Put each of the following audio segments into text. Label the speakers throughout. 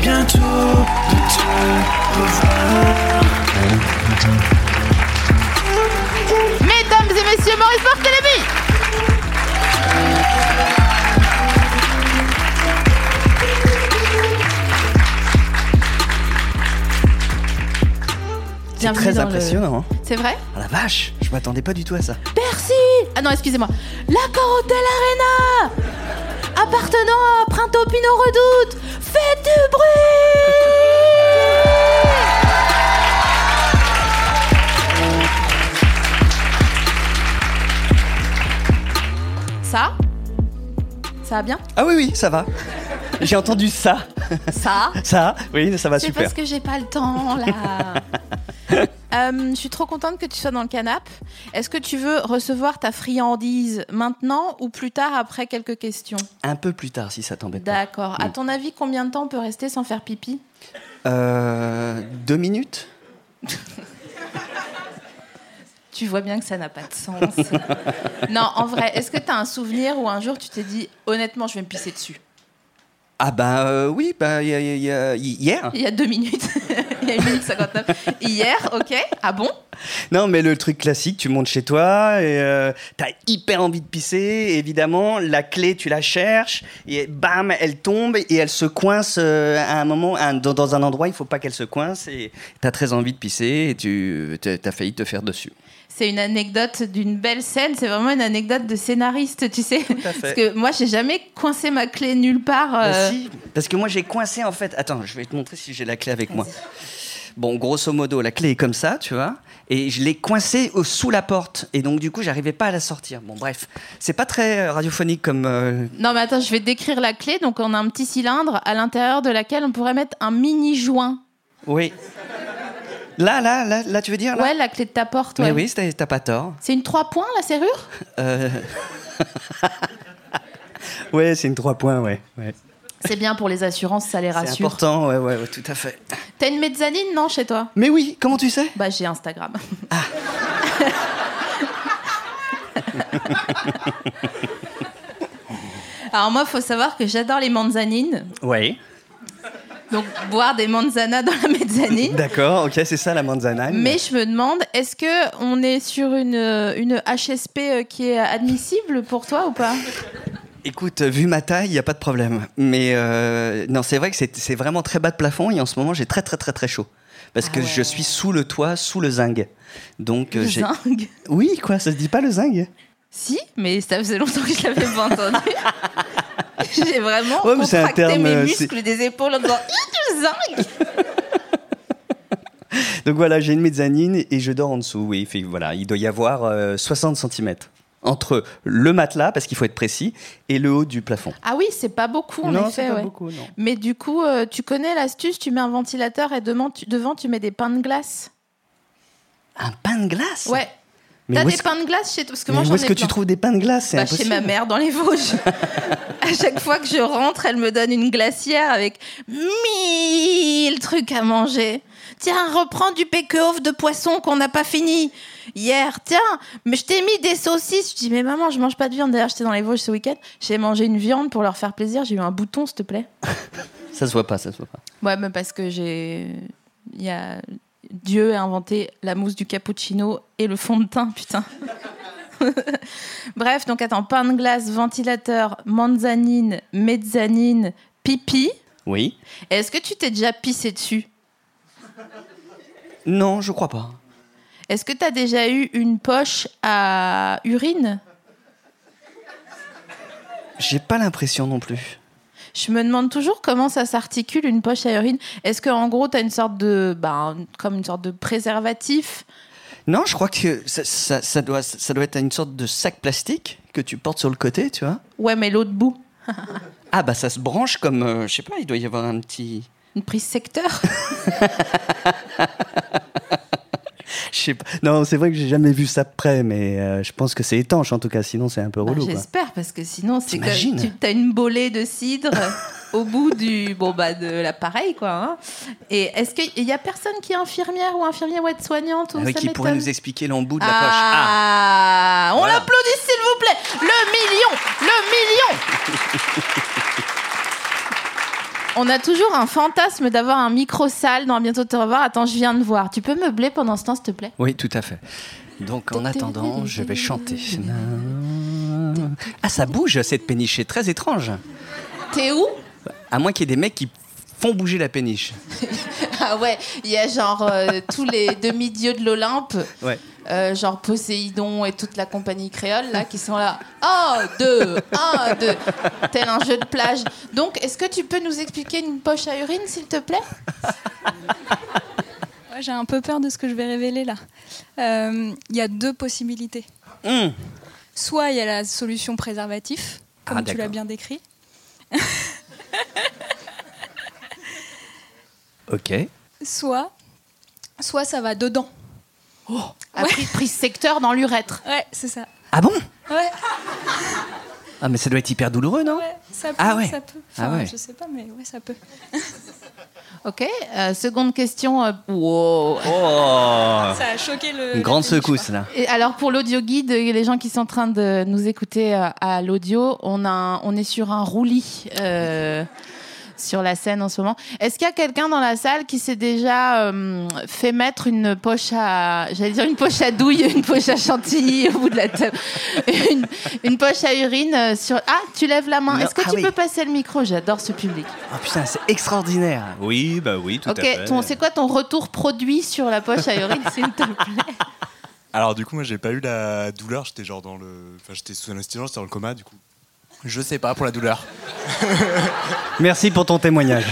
Speaker 1: bientôt de te revoir.
Speaker 2: Mesdames et messieurs, Maurice Barthélémy
Speaker 3: C'est
Speaker 2: Bienvenue
Speaker 3: très
Speaker 2: dans le-
Speaker 3: impressionnant. hein.
Speaker 2: C'est vrai
Speaker 3: Ah la vache, je m'attendais pas du tout à ça.
Speaker 2: Merci Ah non, excusez-moi. La Corotel Arena Appartenant à Printemps Pinot Redoute Faites du bruit Ça Ça va bien
Speaker 3: Ah oui, oui, ça va. J'ai entendu ça.
Speaker 2: Ça
Speaker 3: Ça, oui, ça va
Speaker 2: C'est
Speaker 3: super.
Speaker 2: parce que j'ai pas le temps là. Euh, je suis trop contente que tu sois dans le canap. Est-ce que tu veux recevoir ta friandise maintenant ou plus tard après quelques questions
Speaker 3: Un peu plus tard, si ça t'embête pas.
Speaker 2: D'accord. À ton avis, combien de temps on peut rester sans faire pipi
Speaker 3: Euh, deux minutes
Speaker 2: Tu vois bien que ça n'a pas de sens. non, en vrai, est-ce que tu as un souvenir où un jour tu t'es dit honnêtement, je vais me pisser dessus
Speaker 3: Ah bah euh, oui, bah y a- y a- y a- y- hier.
Speaker 2: Il y a deux minutes. Il y a une minute 59. Hier, ok. Ah bon
Speaker 3: Non, mais le truc classique, tu montes chez toi et euh, t'as hyper envie de pisser. Évidemment, la clé, tu la cherches et bam, elle tombe et elle se coince euh, à un moment à un- dans- dans un endroit. Il faut pas qu'elle se coince et t'as très envie de pisser et tu t'as failli te faire dessus.
Speaker 2: C'est une anecdote d'une belle scène, c'est vraiment une anecdote de scénariste, tu sais.
Speaker 3: à fait.
Speaker 2: Parce que moi, j'ai jamais coincé ma clé nulle part.
Speaker 3: Bah
Speaker 2: euh,
Speaker 3: si, parce que moi j'ai coincé en fait. Attends, je vais te montrer si j'ai la clé avec moi. Bon, grosso modo, la clé est comme ça, tu vois, et je l'ai coincée au- sous la porte, et donc du coup j'arrivais pas à la sortir. Bon, bref, c'est pas très euh, radiophonique comme. euh,
Speaker 2: Non, mais attends, je vais te décrire la clé. Donc, on a un petit cylindre à l'intérieur de laquelle on pourrait mettre un mini joint.
Speaker 3: Oui. Là, là, là, là, tu veux dire là
Speaker 2: Ouais, la clé de ta porte.
Speaker 3: Mais
Speaker 2: Ouais.
Speaker 3: oui, c'était- t'as pas tort.
Speaker 2: C'est une 3 points, la serrure
Speaker 3: Euh... ouais, c'est une trois points, ouais. ouais.
Speaker 2: C'est bien pour les assurances, ça les
Speaker 3: C'est
Speaker 2: rassure.
Speaker 3: important, ouais, ouais, ouais, tout à fait.
Speaker 2: T'as une mezzanine, non, chez toi
Speaker 3: Mais oui, comment tu sais
Speaker 2: Bah, j'ai Instagram.
Speaker 3: Ah.
Speaker 2: Alors, moi, faut savoir que j'adore les manzanines.
Speaker 3: Oui.
Speaker 2: Donc, boire des manzanas dans la mezzanine.
Speaker 3: D'accord, ok, c'est ça la manzana.
Speaker 2: Mais je me demande, est-ce que on est sur une, une HSP euh, qui est admissible pour toi ou pas
Speaker 3: Écoute, vu ma taille, il n'y a pas de problème. Mais euh, non, c'est vrai que c'est c'est vraiment très bas de plafond et en ce moment, j'ai très très très très chaud. Parce
Speaker 2: Ah
Speaker 3: que je suis sous le toit, sous le zinc. Donc, euh, j'ai-
Speaker 2: Zingue.
Speaker 3: Oui, quoi, ça se dit pas le zinc
Speaker 2: Si, mais ça faisait longtemps que je l'avais pas entendu. J'ai vraiment
Speaker 3: Ouais, mais c'est un
Speaker 2: contracté
Speaker 3: terme,
Speaker 2: mes
Speaker 3: euh,
Speaker 2: muscles des épaules en disant Ih, tu zingue
Speaker 3: Donc voilà, j'ai une mezzanine et je dors en dessous. Oui, fait, voilà, il doit y avoir euh, 60 cm entre le matelas, parce qu'il faut être précis, et le haut du plafond.
Speaker 2: Ah oui, c'est pas beaucoup en
Speaker 3: non,
Speaker 2: effet.
Speaker 3: c'est pas
Speaker 2: ouais.
Speaker 3: beaucoup, non.
Speaker 2: Mais du coup, euh, tu connais l'astuce, tu mets un ventilateur et devant tu, devant, tu mets des pains de glace.
Speaker 3: Un pain de glace
Speaker 2: Ouais.
Speaker 3: Mais
Speaker 2: T'as
Speaker 3: où
Speaker 2: des
Speaker 3: est-ce que-
Speaker 2: pains de glace chez toi Parce que
Speaker 3: Mais
Speaker 2: moi,
Speaker 3: où
Speaker 2: j'en
Speaker 3: est-ce
Speaker 2: ai
Speaker 3: que tu
Speaker 2: plein.
Speaker 3: trouves des pains de glace C'est
Speaker 2: Bah, chez
Speaker 3: impossible.
Speaker 2: ma mère dans les Vosges. à chaque fois que je rentre, elle me donne une glacière avec mille trucs à manger. Tiens, reprends du pékehof de poisson qu'on n'a pas fini hier. Tiens, mais je t'ai mis des saucisses. Je dis, mais maman, je mange pas de viande. D'ailleurs, j'étais dans les Vosges ce week-end. J'ai mangé une viande pour leur faire plaisir. J'ai eu un bouton, s'il te plaît.
Speaker 3: Ça se voit pas, ça se voit pas.
Speaker 2: Ouais, mais parce que j'ai. Il y a. Dieu a inventé la mousse du cappuccino et le fond de teint, putain. Bref, donc attends, pain de glace, ventilateur, manzanine, mezzanine, pipi.
Speaker 3: Oui
Speaker 2: Est-ce que tu t'es déjà pissé dessus
Speaker 3: Non, je crois pas.
Speaker 2: Est-ce que t'as déjà eu une poche à urine
Speaker 3: J'ai pas l'impression non plus.
Speaker 2: Je me demande toujours comment ça s'articule une poche à urine. Est-ce qu'en gros, tu as une sorte de. Bah, comme une sorte de préservatif
Speaker 3: Non, je crois que ça, ça- ça doit, ça doit être une sorte de sac plastique que tu portes sur le côté, tu vois.
Speaker 2: Ouais, mais l'autre bout.
Speaker 3: Ah bah ça se branche comme, euh, je sais pas, il doit y avoir un petit...
Speaker 2: Une prise secteur
Speaker 3: Je sais pas. Non, c'est vrai que j'ai jamais vu ça de près, mais euh, je pense que c'est étanche en tout cas, sinon c'est un peu
Speaker 2: Bah,
Speaker 3: relou. quoi.
Speaker 2: J'espère, parce que sinon, c'est
Speaker 3: T'imagines
Speaker 2: que tu as une bolée de cidre au bout du bon bah de l'appareil quoi. hein. Et est-ce qu'il y a personne qui est infirmière ou infirmier ou aide-soignante ou
Speaker 3: Ah oui,
Speaker 2: ça
Speaker 3: qui pourrait
Speaker 2: m'étonne
Speaker 3: nous expliquer l'embout de la poche. Ah.
Speaker 2: Ah, on
Speaker 3: Voilà.
Speaker 2: l'applaudit s'il vous plaît. Le million, le million. On a toujours un fantasme d'avoir un micro sale dans bientôt te revoir. Attends, je viens de voir. Tu peux meubler pendant ce temps, s'il te plaît
Speaker 3: Oui, tout à fait. Donc en attendant, je vais chanter. Ah, ça bouge cette péniche, c'est très étrange.
Speaker 2: T'es où
Speaker 3: À moins qu'il y ait des mecs qui font bouger la péniche.
Speaker 2: Ah ouais, il y a genre euh, tous les demi-dieux de l'Olympe,
Speaker 3: Ouais.
Speaker 2: euh, genre Poséidon et toute la compagnie créole là, qui sont là. Oh, deux, un, deux, tel un jeu de plage. Donc, est-ce que tu peux nous expliquer une poche à urine, s'il te plaît
Speaker 4: Ouais, J'ai un peu peur de ce que je vais révéler là. Euh, Il y a deux possibilités.
Speaker 3: Hum.
Speaker 4: Soit il y a la solution préservatif, comme
Speaker 3: Ah,
Speaker 4: tu l'as
Speaker 3: d'accord.
Speaker 4: bien décrit.
Speaker 3: Ok.
Speaker 4: Soit, soit ça va dedans.
Speaker 2: A pris prise secteur dans l'urètre.
Speaker 4: Ouais, c'est ça.
Speaker 3: Ah bon
Speaker 4: Ouais,
Speaker 3: Ah, mais ça doit être hyper douloureux, non
Speaker 4: ouais, ça peut.
Speaker 3: Ah ouais.
Speaker 4: Ça peut.
Speaker 3: Ah
Speaker 4: Enfin,
Speaker 3: ouais.
Speaker 4: Je sais pas, mais ouais, ça peut.
Speaker 2: Ok, euh, seconde question. euh, wow.
Speaker 3: Oh
Speaker 4: Ça a choqué le.
Speaker 3: Une
Speaker 4: le
Speaker 3: grande
Speaker 4: pays, je
Speaker 3: secousse, là.
Speaker 2: Et alors pour l'audio guide, les gens qui sont en train de nous écouter euh, à l'audio, on, a un- on est sur un roulis euh, sur la scène en ce moment. Est-ce qu'il y a quelqu'un dans la salle qui s'est déjà euh, fait mettre une poche à, j'allais dire une poche à douille, une poche à chantilly au bout de la table, une, une poche à urine euh, sur. Ah, tu lèves la main.
Speaker 3: Non,
Speaker 2: Est-ce que
Speaker 3: ah
Speaker 2: tu
Speaker 3: oui.
Speaker 2: peux passer le micro J'adore ce public.
Speaker 3: Oh putain, c'est extraordinaire Oui, bah oui, tout
Speaker 2: ok, ton- c'est quoi ton retour produit sur la poche à urine, s'il te plaît
Speaker 5: Alors du coup, moi, j'ai pas eu la douleur. J'étais genre dans le, enfin, j'étais sous anesthésie, j'étais dans le coma, du coup. Je sais pas pour la douleur.
Speaker 3: Merci pour ton témoignage.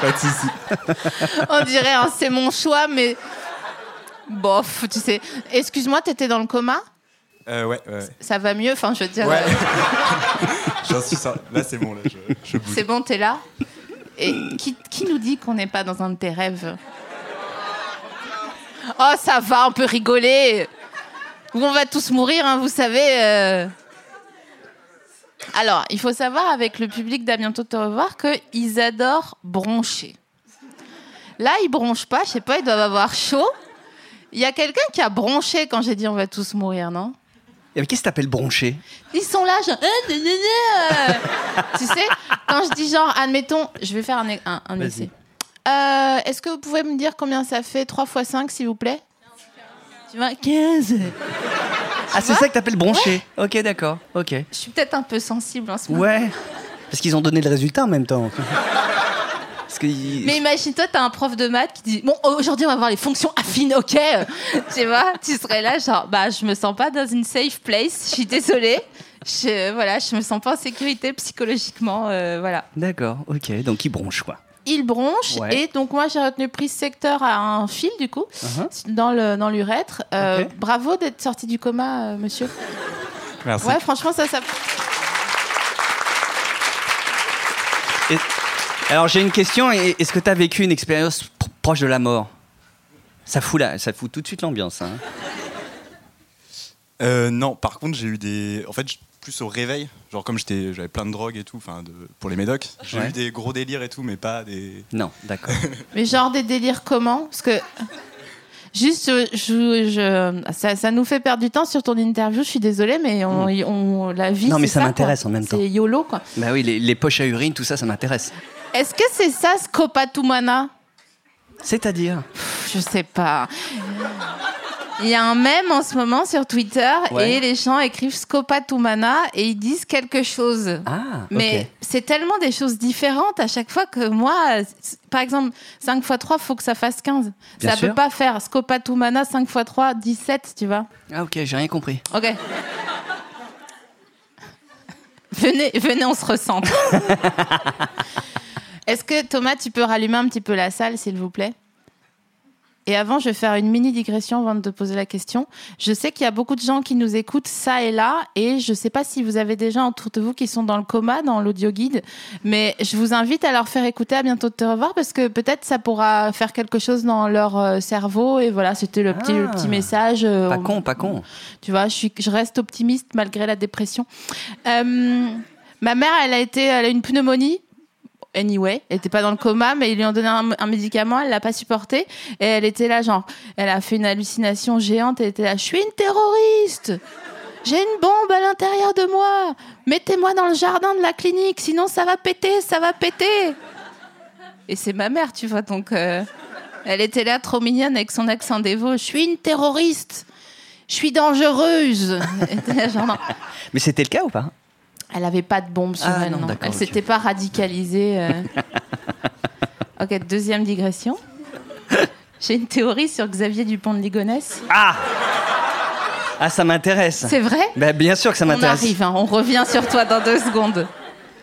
Speaker 5: Pas de souci.
Speaker 2: On dirait, hein, c'est mon choix, mais. Bof, tu sais. Excuse-moi, t'étais dans le coma
Speaker 5: Euh, ouais, ouais. ouais.
Speaker 2: Ça va mieux Enfin, je veux dire,
Speaker 5: Ouais.
Speaker 2: euh,
Speaker 5: J'en suis sorti. hein. Là, c'est bon. Là, je, je bouge.
Speaker 2: c'est bon, t'es là Et qui, qui nous dit qu'on n'est pas dans un de tes rêves Oh, ça va, on peut rigoler Ou on va tous mourir, hein, vous savez. euh. Alors, il faut savoir avec le public d'A bientôt te revoir qu'ils adorent broncher. Là, ils bronchent pas, je sais pas, ils doivent avoir chaud. Il y a quelqu'un qui a bronché quand j'ai dit on va tous mourir, non
Speaker 3: Et mais qu'est-ce que t'appelles broncher
Speaker 2: Ils sont là, genre. Eh, gna, gna, gna. tu sais, quand je dis genre, admettons, je vais faire un, e- un, un
Speaker 3: Vas-y.
Speaker 2: essai. Euh, Est-ce que vous pouvez me dire combien ça fait 3 x 5, s'il vous plaît Tu vois, 15.
Speaker 3: Ah, c'est
Speaker 2: vois
Speaker 3: ça que t'appelles broncher Ok, d'accord, ok.
Speaker 2: Je suis peut-être un peu sensible en ce moment.
Speaker 3: Ouais. Parce qu'ils ont donné le résultat en même temps. Parce que...
Speaker 2: Mais imagine-toi, t'as un prof de maths qui dit Bon, aujourd'hui, on va voir les fonctions affines, ok Tu vois, tu serais là, genre, bah, je me sens pas dans une safe place, je suis désolée. Je, voilà, je me sens pas en sécurité psychologiquement, euh, voilà.
Speaker 3: D'accord, ok, donc ils bronchent, quoi.
Speaker 2: il bronche
Speaker 3: Ouais.
Speaker 2: et donc moi j'ai retenu prise secteur à un fil du coup dans le dans l'urètre. Euh,
Speaker 3: Uh-huh. Ok.
Speaker 2: Bravo d'être sorti du coma, euh, monsieur.
Speaker 5: Merci.
Speaker 2: Ouais, franchement ça ça.
Speaker 3: Et- Alors j'ai une question, et- est-ce que t'as vécu une expérience pro- proche de la mort ça fout, la- ça fout tout de suite l'ambiance. hein.
Speaker 5: Euh, non, par contre, j'ai eu des. En fait, j- plus au réveil, genre comme j'étais, j'avais plein de drogues et tout, enfin, de... pour les médocs, j'ai
Speaker 3: Ouais.
Speaker 5: eu des gros délires et tout, mais pas des.
Speaker 3: Non, d'accord.
Speaker 2: Mais genre des délires comment Parce que juste euh, je, je- ça, ça nous fait perdre du temps sur ton interview. Je suis désolée mais on, y- on- la vie.
Speaker 3: Hmm. Non, mais
Speaker 2: c'est
Speaker 3: ça
Speaker 2: quoi.
Speaker 3: m'intéresse en même temps.
Speaker 2: C'est yolo quoi.
Speaker 3: bah oui, les, les poches à urine, tout ça, ça m'intéresse.
Speaker 2: Est-ce que c'est ça Scopatumana
Speaker 3: C'est-à-dire
Speaker 2: Je sais pas. Il y a un mème en ce moment sur Twitter
Speaker 3: Ouais.
Speaker 2: et les gens écrivent Scopatumana et ils disent quelque chose.
Speaker 3: Ah,
Speaker 2: Mais
Speaker 3: ok.
Speaker 2: c'est tellement des choses différentes à chaque fois que moi, euh, c'est- par exemple, 5 x 3, faut que ça fasse 15.
Speaker 3: Bien
Speaker 2: ça
Speaker 3: sûr.
Speaker 2: peut pas faire Scopatumana 5 x 3, 17, tu vois.
Speaker 3: Ah ok, j'ai rien compris.
Speaker 2: Ok. Venez, venez, on se ressente. Est-ce que Thomas, tu peux rallumer un petit peu la salle, s'il vous plaît Et avant, je vais faire une mini digression avant de te poser la question. Je sais qu'il y a beaucoup de gens qui nous écoutent ça et là, et je ne sais pas si vous avez des gens autour de vous qui sont dans le coma, dans l'audio guide, mais je vous invite à leur faire écouter à bientôt de te revoir parce que peut-être ça pourra faire quelque chose dans leur euh, cerveau. Et voilà, c'était le petit, le
Speaker 3: Ah.
Speaker 2: petit message. euh,
Speaker 3: Pas
Speaker 2: on-
Speaker 3: con, pas con.
Speaker 2: tu vois, je, suis, je reste optimiste malgré la dépression. Euh, ma mère, elle a, été, elle a eu une pneumonie. Anyway, elle n'était pas dans le coma, mais ils lui ont donné un, un médicament, elle l'a pas supporté. Et elle était là, genre, elle a fait une hallucination géante, elle était là, je suis une terroriste J'ai une bombe à l'intérieur de moi Mettez-moi dans le jardin de la clinique, sinon ça va péter, ça va péter Et c'est ma mère, tu vois, donc... euh, elle était là, trop mignonne, avec son accent dévot, je suis une terroriste je suis dangereuse. Elle était là, genre, non.
Speaker 3: Mais c'était le cas ou pas
Speaker 2: elle avait pas de bombe sur
Speaker 3: Ah,
Speaker 2: elle.
Speaker 3: non,
Speaker 2: non.
Speaker 3: d'accord,
Speaker 2: Elle
Speaker 3: ok.
Speaker 2: s'était pas radicalisée. euh. ok, deuxième digression. J'ai une théorie sur Xavier Dupont de Ligonnès.
Speaker 3: Ah Ah, ça m'intéresse.
Speaker 2: C'est vrai
Speaker 3: Bah, bien sûr que ça
Speaker 2: On
Speaker 3: m'intéresse.
Speaker 2: arrive, hein, on revient sur toi dans deux secondes.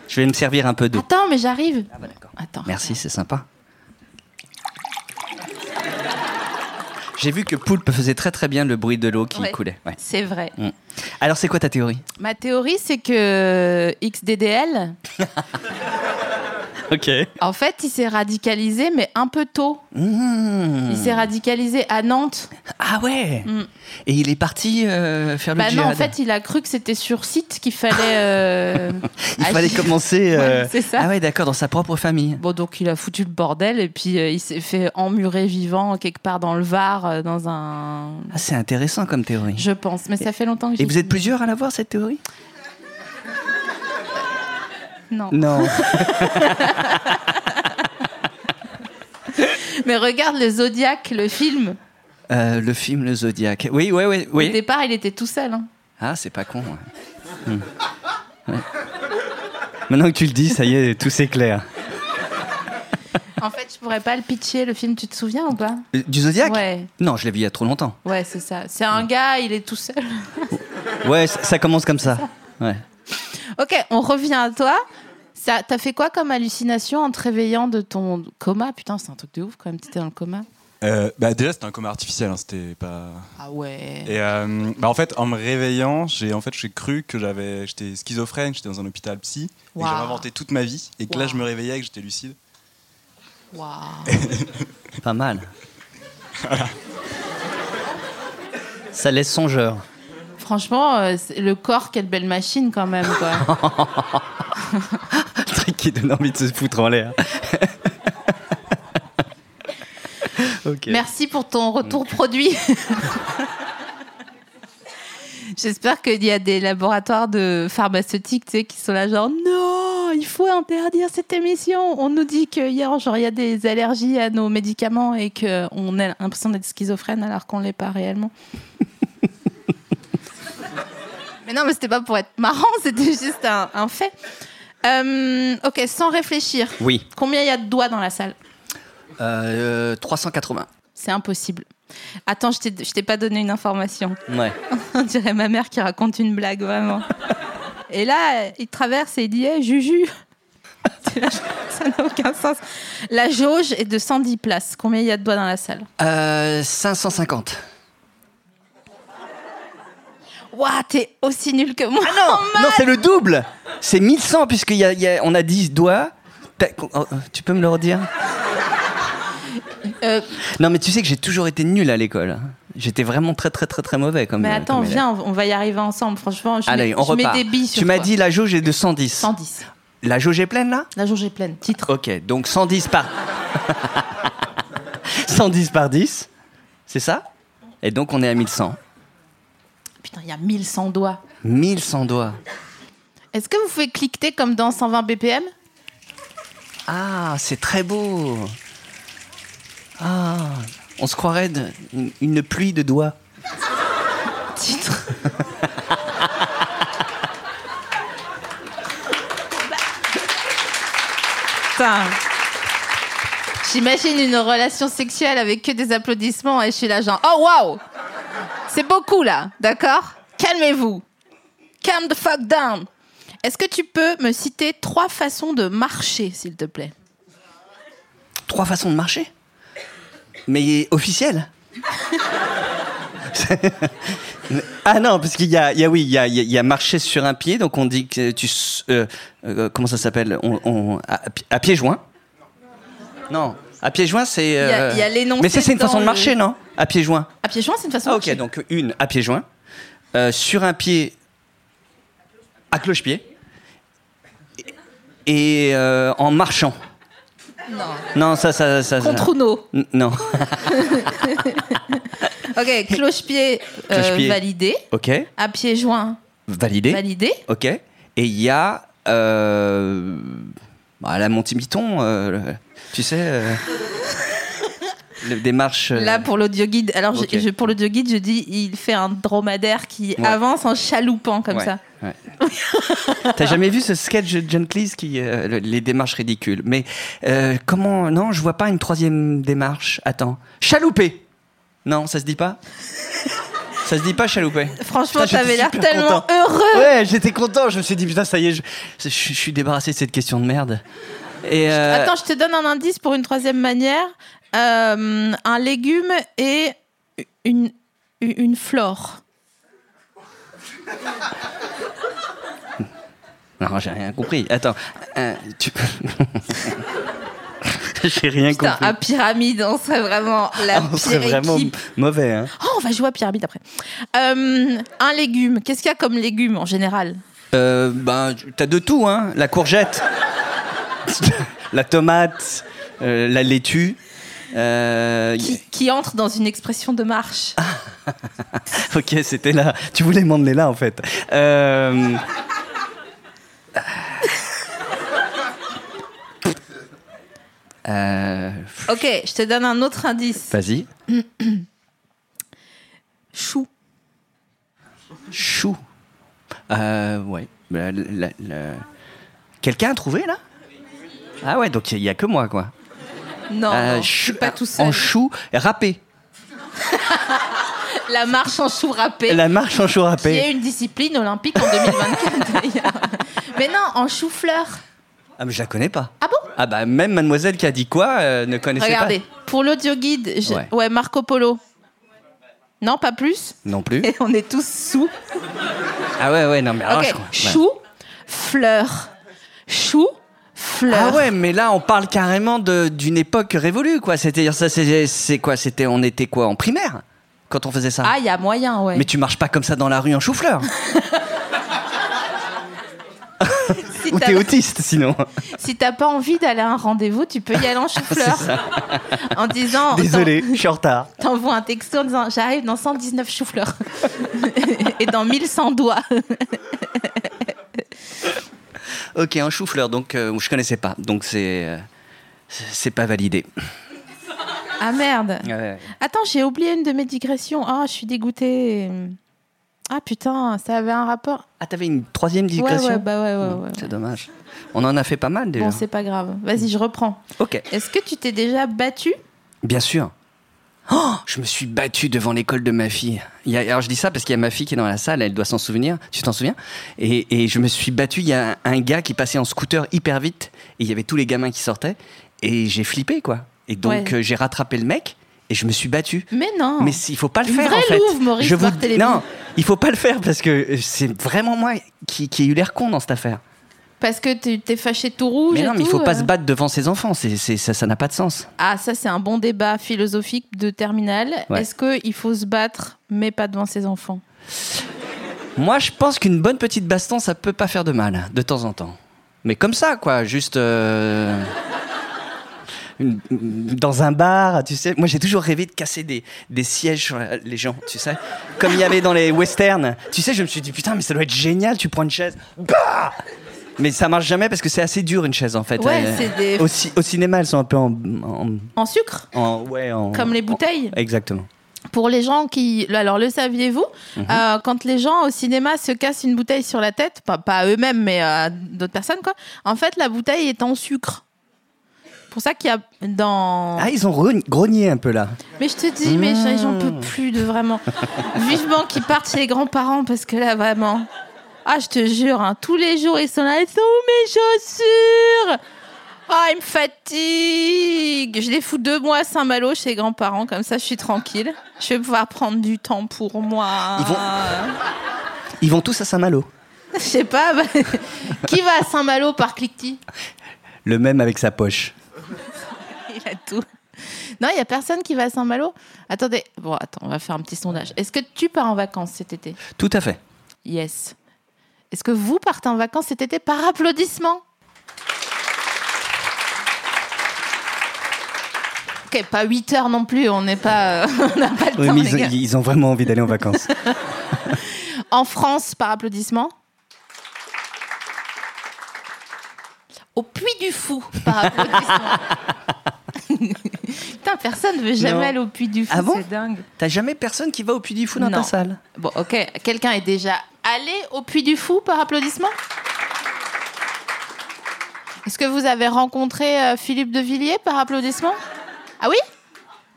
Speaker 3: Je vais me servir un peu d'eau.
Speaker 2: Attends, mais j'arrive. Attends.
Speaker 3: Ah, bah, Merci, c'est sympa. J'ai vu que Poulpe faisait très très bien le bruit de l'eau qui
Speaker 2: Ouais.
Speaker 3: coulait. ouais.
Speaker 2: C'est vrai.
Speaker 3: Mm. Alors, c'est quoi ta théorie
Speaker 2: Ma théorie, c'est que euh, XDDL,
Speaker 3: Ok.
Speaker 2: en fait, il s'est radicalisé, mais un peu tôt.
Speaker 3: Hmm.
Speaker 2: Il s'est radicalisé à Nantes.
Speaker 3: Mmh. Ah ouais Et il est parti euh, faire le
Speaker 2: Mmh. Bah non,
Speaker 3: djihad.
Speaker 2: en fait, il a cru que c'était sur site qu'il fallait. euh,
Speaker 3: il fallait
Speaker 2: agir.
Speaker 3: commencer. euh,
Speaker 2: Ouais, c'est ça.
Speaker 3: Ah ouais, d'accord, dans sa propre famille.
Speaker 2: Bon, donc il a foutu le bordel et puis euh, il s'est fait emmurer vivant quelque part dans le Var, euh, dans un.
Speaker 3: Ah, c'est intéressant comme théorie.
Speaker 2: Je pense, mais ça fait longtemps que
Speaker 3: Et
Speaker 2: j'y
Speaker 3: vous
Speaker 2: suis.
Speaker 3: êtes plusieurs à l'avoir cette théorie
Speaker 2: Non.
Speaker 3: Non.
Speaker 2: Mais regarde le Zodiac, le film.
Speaker 3: Euh, le film Le Zodiac. Oui, oui, oui.
Speaker 2: Au
Speaker 3: oui.
Speaker 2: départ, il était tout seul. hein.
Speaker 3: Ah, c'est pas con. ouais. Hmm. Ouais. Maintenant que tu le dis, ça y est, tout s'éclaire.
Speaker 2: En fait, je pourrais pas le pitcher, le film, tu te souviens ou pas
Speaker 3: Euh, Du Zodiac
Speaker 2: Ouais.
Speaker 3: Non, je l'ai vu il y a trop longtemps.
Speaker 2: Ouais, c'est ça. C'est un gars, il est tout seul.
Speaker 3: Ouais, ça, ça commence comme ça. Ouais.
Speaker 2: Ok, on revient à toi. Ça, t'as fait quoi comme hallucination en te réveillant de ton coma Putain, c'est un truc de ouf quand même, t'étais dans le coma.
Speaker 5: Euh, bah, déjà, c'était un coma artificiel, hein, c'était pas.
Speaker 2: Ah ouais.
Speaker 5: Et euh, bah, en fait, en me réveillant, j'ai en fait, j'ai cru que j'avais, j'étais schizophrène, j'étais dans un hôpital psy, et
Speaker 2: Waouh.
Speaker 5: que j'avais inventé toute ma vie, et que là,
Speaker 2: Waouh.
Speaker 5: je me réveillais et que j'étais lucide.
Speaker 3: Pas mal. ça laisse songeur.
Speaker 2: Franchement, euh, c'est- le corps, quelle belle machine quand même. Quoi.
Speaker 3: Le truc qui donne envie de se foutre en l'air. ok.
Speaker 2: Merci pour ton retour produit. J'espère qu'il y a des laboratoires de pharmaceutiques tu sais, qui sont là genre non, il faut interdire cette émission. On nous dit que hier genre il y a des allergies à nos médicaments et que on a l'impression d'être schizophrène alors qu'on l'est pas réellement. mais non, mais c'était pas pour être marrant, c'était juste un, un fait. Euh, ok, sans réfléchir.
Speaker 3: Oui.
Speaker 2: Combien il y a de doigts dans la salle
Speaker 3: Euh, 380.
Speaker 2: C'est impossible. Attends, je t'ai- je t'ai pas donné une information.
Speaker 3: Ouais.
Speaker 2: On dirait ma mère qui raconte une blague, vraiment. Et là, il traverse et il dit Eh, Juju C'est là, Ça n'a aucun sens. La jauge est de 110 places. Combien il y a de doigts dans la salle
Speaker 3: Euh, 550.
Speaker 2: Waouh, t'es aussi nul que moi Oh,
Speaker 3: Ah Non, c'est le double C'est 1100 puisqu'il y a, il y a- on a 10 doigts. T'as- oh, euh, tu peux me le redire
Speaker 2: ma- Euh,
Speaker 3: Non, mais tu sais que j'ai toujours été nul à l'école. J'étais vraiment très très très très mauvais comme
Speaker 2: Mais
Speaker 3: euh,
Speaker 2: attends,
Speaker 3: comme élève.
Speaker 2: viens, on on va y arriver ensemble. Franchement, je,
Speaker 3: Allez,
Speaker 2: mets,
Speaker 3: on
Speaker 2: je mets
Speaker 3: repart.
Speaker 2: des billes sur
Speaker 3: tu m'as
Speaker 2: toi.
Speaker 3: dit la jauge est de 110.
Speaker 2: 110.
Speaker 3: La jauge est pleine là
Speaker 2: La jauge est pleine. Titre.
Speaker 3: Ok, donc 110 par 110 par 10, c'est ça Et donc on est à 1100.
Speaker 2: Putain, il y a 1100 doigts.
Speaker 3: 1100 doigts.
Speaker 2: Est-ce que vous pouvez cliqueter comme dans 120 BPM
Speaker 3: Ah, c'est très beau. Ah, on se croirait de- une, une pluie de doigts.
Speaker 2: titre. Putain. J'imagine une relation sexuelle avec que des applaudissements et je suis là genre oh waouh, c'est beaucoup là, d'accord Calmez-vous, calm the fuck down. Est-ce que tu peux me citer trois façons de marcher, s'il te plaît
Speaker 3: Trois façons de marcher. Mais officielles. ah non, parce qu'il y a, il y a- oui, il y a, il y a- il y a marcher sur un pied, donc on dit que tu, s- euh, euh, comment ça s'appelle, on, on- à, à pieds joints. Non, à pieds joints c'est. euh,
Speaker 2: a- il y a l'énoncé
Speaker 3: Mais ça c'est une
Speaker 2: dans
Speaker 3: façon de
Speaker 2: le-
Speaker 3: marcher, non À pieds joints.
Speaker 2: À pied joint, c'est une façon
Speaker 3: Ah,
Speaker 2: de
Speaker 3: ok,
Speaker 2: marcher.
Speaker 3: donc une à pieds joints, euh, sur un pied à cloche-pied, et euh, en marchant. Non. Non, ça, ça, ça. ça-
Speaker 2: Contre Uno.
Speaker 3: N- Non.
Speaker 2: Ok, cloche-pied euh,
Speaker 3: Cloche-pied.
Speaker 2: validé.
Speaker 3: Ok.
Speaker 2: À pied joint
Speaker 3: Validé.
Speaker 2: validé.
Speaker 3: Ok. Et il y a. Euh, bah, la Monty-Python, euh, le- tu sais. euh, le- des marches. euh,
Speaker 2: Là, pour l'audio guide, alors je-
Speaker 3: ok.
Speaker 2: je- pour l'audio guide, je dis il fait un dromadaire qui
Speaker 3: Ouais.
Speaker 2: avance en chaloupant comme
Speaker 3: ouais,
Speaker 2: ça.
Speaker 3: ouais. T'as jamais vu ce sketch de John Cleese qui euh, le- les démarches ridicules Mais euh, comment Non, je vois pas une troisième démarche. Attends, chaloupé. Non, ça se dit pas. ça se dit pas chaloupé.
Speaker 2: Franchement,
Speaker 3: Putain, j'étais
Speaker 2: t'avais l'air
Speaker 3: super
Speaker 2: tellement
Speaker 3: content.
Speaker 2: heureux.
Speaker 3: Ouais, j'étais content. Je me suis dit putain, ça y est, je, je- je suis débarrassé de cette question de merde. Et euh,
Speaker 2: Attends, je te donne un indice pour une troisième manière. Euh, un légume et une, une flore.
Speaker 3: non, j'ai rien compris. Attends, euh, tu- j'ai rien
Speaker 2: Putain,
Speaker 3: compris.
Speaker 2: à pyramide, on serait vraiment la
Speaker 3: On serait
Speaker 2: pire
Speaker 3: vraiment
Speaker 2: équipe.
Speaker 3: mauvais. Hein.
Speaker 2: Oh, on va jouer à pyramide après. Euh, un légume. Qu'est-ce qu'il y a comme légume en général
Speaker 3: Euh, ben, t'as de tout, hein. La courgette, la tomate, euh, la laitue. Euh,
Speaker 2: qui, qui entre dans une expression de marche
Speaker 3: Ah. Ok, c'était là. Tu voulais m'emmener là, en fait. Euh, euh,
Speaker 2: Ok, je te donne un autre indice.
Speaker 3: Vas-y.
Speaker 2: Chou.
Speaker 3: Chou. Euh, ouais. La- la- la- Quelqu'un a trouvé, là Ah ouais, donc il n'y a que moi, quoi.
Speaker 2: Oh Non,
Speaker 3: Euh,
Speaker 2: non, je suis
Speaker 3: chou-
Speaker 2: pas tout seul.
Speaker 3: En chou, râpé.
Speaker 2: La marche en chou râpé,
Speaker 3: La marche en chou
Speaker 2: qui
Speaker 3: râpé.
Speaker 2: est une discipline olympique en 2024 d'ailleurs. Mais non, en chou-fleur.
Speaker 3: Ah, mais je la connais pas.
Speaker 2: Ah bon
Speaker 3: Ah, bah, même mademoiselle qui a dit quoi euh, ne connaissait
Speaker 2: Regardez,
Speaker 3: pas.
Speaker 2: pour l'audio guide, je-
Speaker 3: Ouais.
Speaker 2: ouais. Marco Polo. Non, pas plus.
Speaker 3: Non plus.
Speaker 2: Et on est tous sous.
Speaker 3: Ah, ouais, ouais, non, mais alors,
Speaker 2: ok,
Speaker 3: je crois- ouais.
Speaker 2: chou, fleur. Chou, fleur.
Speaker 3: Ah ouais, mais là on parle carrément de- d'une époque révolue quoi. C'était ça c'est c'est quoi C'était on était quoi en primaire quand on faisait ça.
Speaker 2: Ah, il y a moyen, ouais.
Speaker 3: Mais tu marches pas comme ça dans la rue en chou-fleur.
Speaker 2: si
Speaker 3: Ou
Speaker 2: t'as-
Speaker 3: t'es autiste sinon.
Speaker 2: si t'as pas envie d'aller à un rendez-vous, tu peux y aller en chou-fleur. en disant.
Speaker 3: Désolé, je suis en retard.
Speaker 2: T'envoies un texto en disant j'arrive dans 119 choux-fleurs et dans 1100 doigts.
Speaker 3: OK, un chou-fleur donc euh, je connaissais pas. Donc c'est euh, c'est c'est pas validé.
Speaker 2: Ah merde.
Speaker 3: Ouais.
Speaker 2: Attends, j'ai oublié une de mes digressions. Ah, je suis dégoûtée. Ah putain, ça avait un rapport.
Speaker 3: Ah, t'avais une troisième
Speaker 2: Ouais,
Speaker 3: digression.
Speaker 2: ouais, bah ouais, ouais. ouais.
Speaker 3: C'est dommage. On en a fait pas mal déjà.
Speaker 2: Bon, c'est pas grave. Vas-y, je reprends.
Speaker 3: OK.
Speaker 2: Est-ce que tu t'es déjà battu
Speaker 3: Bien sûr. Oh, je me suis battu devant l'école de ma fille. Il y a- alors je dis ça parce qu'il y a ma fille qui est dans la salle, elle doit s'en souvenir. Tu t'en souviens et, et je me suis battu. Il y a un, un gars qui passait en scooter hyper vite et il y avait tous les gamins qui sortaient et j'ai flippé quoi. Et donc
Speaker 2: Ouais.
Speaker 3: euh, j'ai rattrapé le mec et je me suis battu.
Speaker 2: Mais non.
Speaker 3: Mais si- il faut pas le
Speaker 2: Une
Speaker 3: faire
Speaker 2: vraie
Speaker 3: en fait.
Speaker 2: louve, Maurice
Speaker 3: je vous
Speaker 2: Barthélémy.
Speaker 3: non, il faut pas le faire parce que euh, c'est vraiment moi qui, qui ai eu l'air con dans cette affaire.
Speaker 2: Parce que tu t'es fâché tout rouge.
Speaker 3: mais
Speaker 2: et
Speaker 3: non, mais il
Speaker 2: tout,
Speaker 3: faut pas
Speaker 2: euh.
Speaker 3: se battre devant ses enfants. C'est- c'est- ça ça n'a pas de sens.
Speaker 2: Ah, ça, c'est un bon débat philosophique de terminale.
Speaker 3: Ouais.
Speaker 2: Est-ce qu'il faut se battre, mais pas devant ses enfants
Speaker 3: Moi, je pense qu'une bonne petite baston, ça peut pas faire de mal, de temps en temps. Mais comme ça, quoi, juste. euh, une- Dans un bar, tu sais. Moi, j'ai toujours rêvé de casser des, des sièges sur la- les gens, tu sais. Comme il y avait dans les westerns. Tu sais, je me suis dit, putain, mais ça doit être génial, tu prends une chaise. Bah mais ça marche jamais parce que c'est assez dur, une chaise, en fait.
Speaker 2: Ouais,
Speaker 3: Euh,
Speaker 2: c'est des-
Speaker 3: au, ci- au cinéma, elles sont un peu en. en-
Speaker 2: En sucre
Speaker 3: en- ouais, en-
Speaker 2: Comme les
Speaker 3: en-
Speaker 2: bouteilles
Speaker 3: Exactement.
Speaker 2: Pour les gens qui. Alors, le saviez-vous Euh, Quand les gens au cinéma se cassent une bouteille sur la tête, pas, pas à eux-mêmes, mais à d'autres personnes, quoi, en fait, la bouteille est en sucre. Pour ça qu'il y a dans.
Speaker 3: Ah, ils ont grogne- grogné un peu là.
Speaker 2: Mais je te dis, mais
Speaker 3: Hmm.
Speaker 2: j'en j'en peux plus de vraiment. Vivement qu'ils partent chez les grands-parents, parce que là, vraiment. Ah, je te jure, hein, tous les jours, ils sont là. Ils sont où mes chaussures Ah, ils me fatiguent. Je les fous deux mois à Saint-Malo chez les grands-parents, comme ça, je suis tranquille. Je vais pouvoir prendre du temps pour moi.
Speaker 3: Ils vont- Ils vont tous à Saint-Malo.
Speaker 2: Je sais pas. bah, qui va à Saint-Malo par cliquetis
Speaker 3: Le même avec sa poche.
Speaker 2: Il a tout. Non, il y a personne qui va à Saint-Malo. Attendez. Bon, attends, on va faire un petit sondage. Est-ce que tu pars en vacances cet été
Speaker 3: Tout à fait.
Speaker 2: Yes. Est-ce que vous partez en vacances cet été par applaudissement Ok, pas 8 heures non plus, on n'est pas, euh, on n'a pas le
Speaker 3: Oui,
Speaker 2: temps,
Speaker 3: mais
Speaker 2: les
Speaker 3: ils,
Speaker 2: gars.
Speaker 3: ils ont vraiment envie d'aller en vacances.
Speaker 2: En France, par applaudissement Au Puy du Fou, par applaudissement. Putain, personne ne veut jamais
Speaker 3: Non.
Speaker 2: aller au Puy du Fou,
Speaker 3: Ah bon
Speaker 2: c'est dingue.
Speaker 3: T'as jamais personne qui va au Puy du Fou dans
Speaker 2: Non.
Speaker 3: ta salle
Speaker 2: Bon, ok. Quelqu'un est déjà allé au Puy du Fou par applaudissement Est-ce que vous avez rencontré euh, Philippe de Villiers par applaudissement Ah oui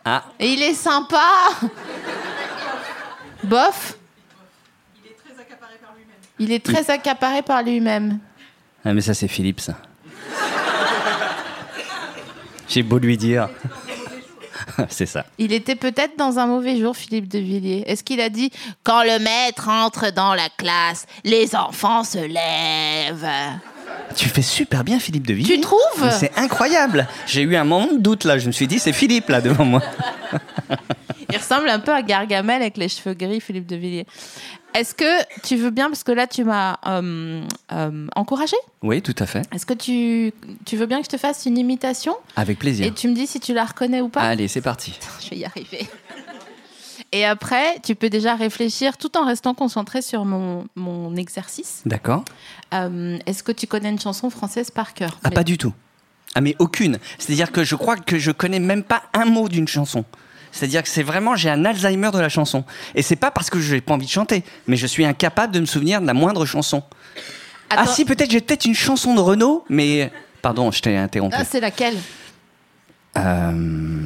Speaker 3: Ah.
Speaker 2: Et il est sympa Bof Il est très accaparé par lui-même.
Speaker 3: Ah, mais ça, c'est Philippe, ça. J'ai beau lui dire. c'est ça.
Speaker 2: Il était peut-être dans un mauvais jour, Philippe de Villiers. Est-ce qu'il a dit Quand le maître entre dans la classe, les enfants se lèvent
Speaker 3: Tu fais super bien, Philippe de Villiers.
Speaker 2: Tu trouves
Speaker 3: Mais C'est incroyable. J'ai eu un moment de doute, là. Je me suis dit, c'est Philippe, là, devant moi.
Speaker 2: Il ressemble un peu à Gargamel avec les cheveux gris, Philippe de Villiers. Est-ce que tu veux bien, parce que là tu m'as euh, euh, encouragé,
Speaker 3: Oui, tout à fait.
Speaker 2: est-ce que tu, tu veux bien que je te fasse une imitation
Speaker 3: Avec
Speaker 2: et
Speaker 3: plaisir.
Speaker 2: tu me dis si tu la reconnais ou pas
Speaker 3: Allez, c'est parti.
Speaker 2: Je vais y arriver. Et après, tu peux déjà réfléchir tout en restant concentré sur mon, mon exercice.
Speaker 3: D'accord.
Speaker 2: Euh, Est-ce que tu connais une chanson française par cœur
Speaker 3: Ah,
Speaker 2: Mais-
Speaker 3: pas du tout. Ah, mais aucune. C'est-à-dire que je crois que je connais même pas un mot d'une chanson. C'est-à-dire que c'est vraiment, j'ai un Alzheimer de la chanson. Et c'est pas parce que j'ai pas envie de chanter, mais je suis incapable de me souvenir de la moindre chanson. Ah,
Speaker 2: Attends.
Speaker 3: si, peut-être, j'ai peut-être une chanson de Renaud, mais. Pardon, je t'ai interrompu.
Speaker 2: Ah, c'est laquelle
Speaker 3: Euh,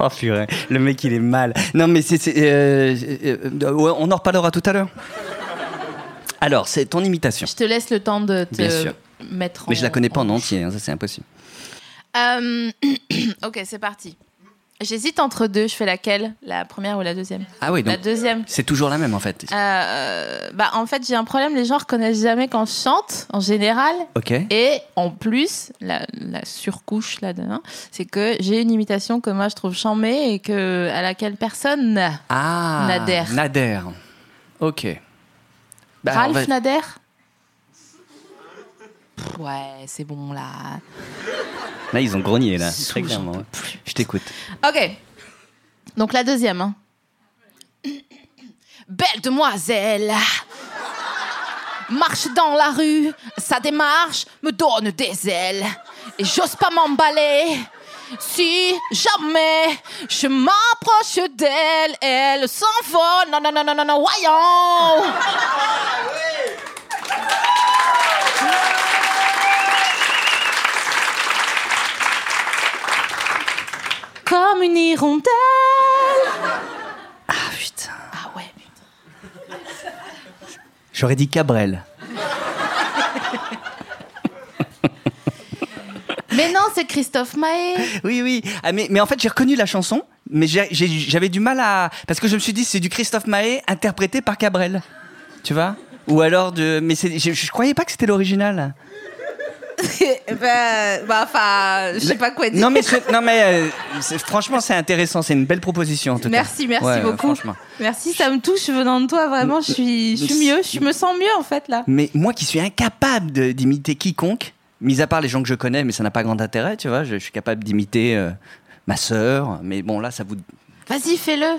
Speaker 3: Oh purée, le mec il est mal. Non mais c'est... c'est, euh, euh, ouais, on en reparlera tout à l'heure. Alors, c'est ton imitation.
Speaker 2: Je te laisse le temps de te
Speaker 3: Bien sûr.
Speaker 2: mettre en.
Speaker 3: Mais je la connais pas en entier, hein, ça c'est impossible.
Speaker 2: Euh, ok, c'est parti. J'hésite entre deux. Je fais laquelle La première ou la deuxième
Speaker 3: Ah oui,
Speaker 2: La
Speaker 3: donc
Speaker 2: deuxième.
Speaker 3: c'est toujours la même en fait.
Speaker 2: Euh, bah, en fait, j'ai un problème. Les gens reconnaissent jamais quand je chante, en général.
Speaker 3: Ok.
Speaker 2: Et en plus, la, la surcouche là-dedans, c'est que j'ai une imitation que moi je trouve chambée et que, à laquelle personne. n'a.
Speaker 3: Ah.
Speaker 2: Nader.
Speaker 3: Nader. Ok. Bah,
Speaker 2: Ralph
Speaker 3: on va-
Speaker 2: Nader Pff, Ouais, c'est bon là.
Speaker 3: Là ils ont grogné là,
Speaker 2: Sous,
Speaker 3: très
Speaker 2: j'en
Speaker 3: clairement.
Speaker 2: peux
Speaker 3: ouais.
Speaker 2: plus.
Speaker 3: Je t'écoute.
Speaker 2: Ok. Donc la deuxième. hein. Belle demoiselle, marche dans la rue, sa démarche me donne des ailes. Et j'ose pas m'emballer. Si jamais je m'approche d'elle, elle s'envole. Non, non, non, non, non, non, voyons. Comme une hirondelle.
Speaker 3: Ah putain.
Speaker 2: Ah ouais, putain.
Speaker 3: J'aurais dit Cabrel.
Speaker 2: Mais non, c'est Christophe Maé.
Speaker 3: Oui, oui. Ah, mais, mais en fait, j'ai reconnu la chanson, mais j'ai- j'ai- j'avais du mal à. Parce que je me suis dit, c'est du Christophe Maé interprété par Cabrel. Tu vois Ou alors de. Mais c'est- je, je croyais pas que c'était l'original.
Speaker 2: bah, bah, enfin, je sais pas quoi dire.
Speaker 3: Non, mais, ce- non, mais euh, c'est- franchement, c'est intéressant. C'est une belle proposition, en tout
Speaker 2: Merci,
Speaker 3: cas.
Speaker 2: merci
Speaker 3: Ouais,
Speaker 2: beaucoup.
Speaker 3: franchement.
Speaker 2: Merci, ça me touche venant de toi, vraiment, je suis, je suis mieux, je me sens mieux en fait là.
Speaker 3: Mais moi qui suis incapable de- d'imiter quiconque, mis à part les gens que je connais, mais ça n'a pas grand intérêt, tu vois, je, je suis capable d'imiter euh, ma sœur, mais bon, là, ça vous.
Speaker 2: Vas-y, fais-le.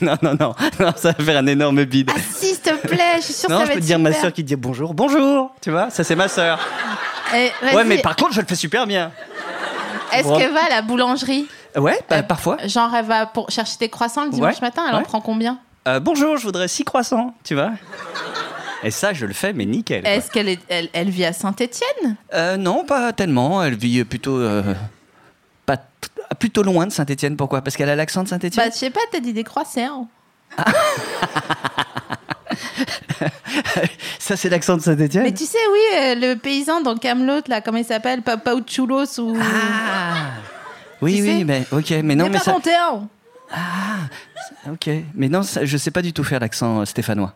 Speaker 3: Non, non, non, non, ça va faire un énorme bide.
Speaker 2: Ah si, s'il te plaît, je suis sûre
Speaker 3: Non,
Speaker 2: que ça
Speaker 3: je
Speaker 2: va
Speaker 3: peux
Speaker 2: être
Speaker 3: te dire ma
Speaker 2: super.
Speaker 3: sœur qui dit bonjour, bonjour, tu vois, ça c'est ma sœur.
Speaker 2: Eh, vas-y,
Speaker 3: Ouais, mais par contre, je le fais super bien.
Speaker 2: Est-ce qu'elle va à la boulangerie
Speaker 3: Ouais, bah, parfois.
Speaker 2: Genre, elle va pour chercher des croissants le dimanche
Speaker 3: Ouais,
Speaker 2: matin, elle en
Speaker 3: ouais.
Speaker 2: prend combien
Speaker 3: Euh, bonjour, je voudrais six croissants, tu vois. Et ça, je le fais, mais nickel. quoi.
Speaker 2: Est-ce qu'elle est, elle, elle vit à Saint-Étienne
Speaker 3: Euh, non, pas tellement. Elle vit plutôt. euh, pas plutôt loin de Saint-Etienne. Pourquoi Parce qu'elle a l'accent de Saint-Etienne
Speaker 2: Bah, je sais pas, t'as dit des croissants.
Speaker 3: Ça, c'est l'accent de Saint-Etienne
Speaker 2: Mais tu sais, oui, euh, le paysan dans Camelot, là, comment il s'appelle Papauchulos ou.
Speaker 3: Ah Oui,
Speaker 2: Tu
Speaker 3: oui,
Speaker 2: sais
Speaker 3: mais ok, mais non,
Speaker 2: Les
Speaker 3: mais ça-
Speaker 2: Parenthères.
Speaker 3: ok, mais non, ça- je sais pas du tout faire l'accent euh, stéphanois.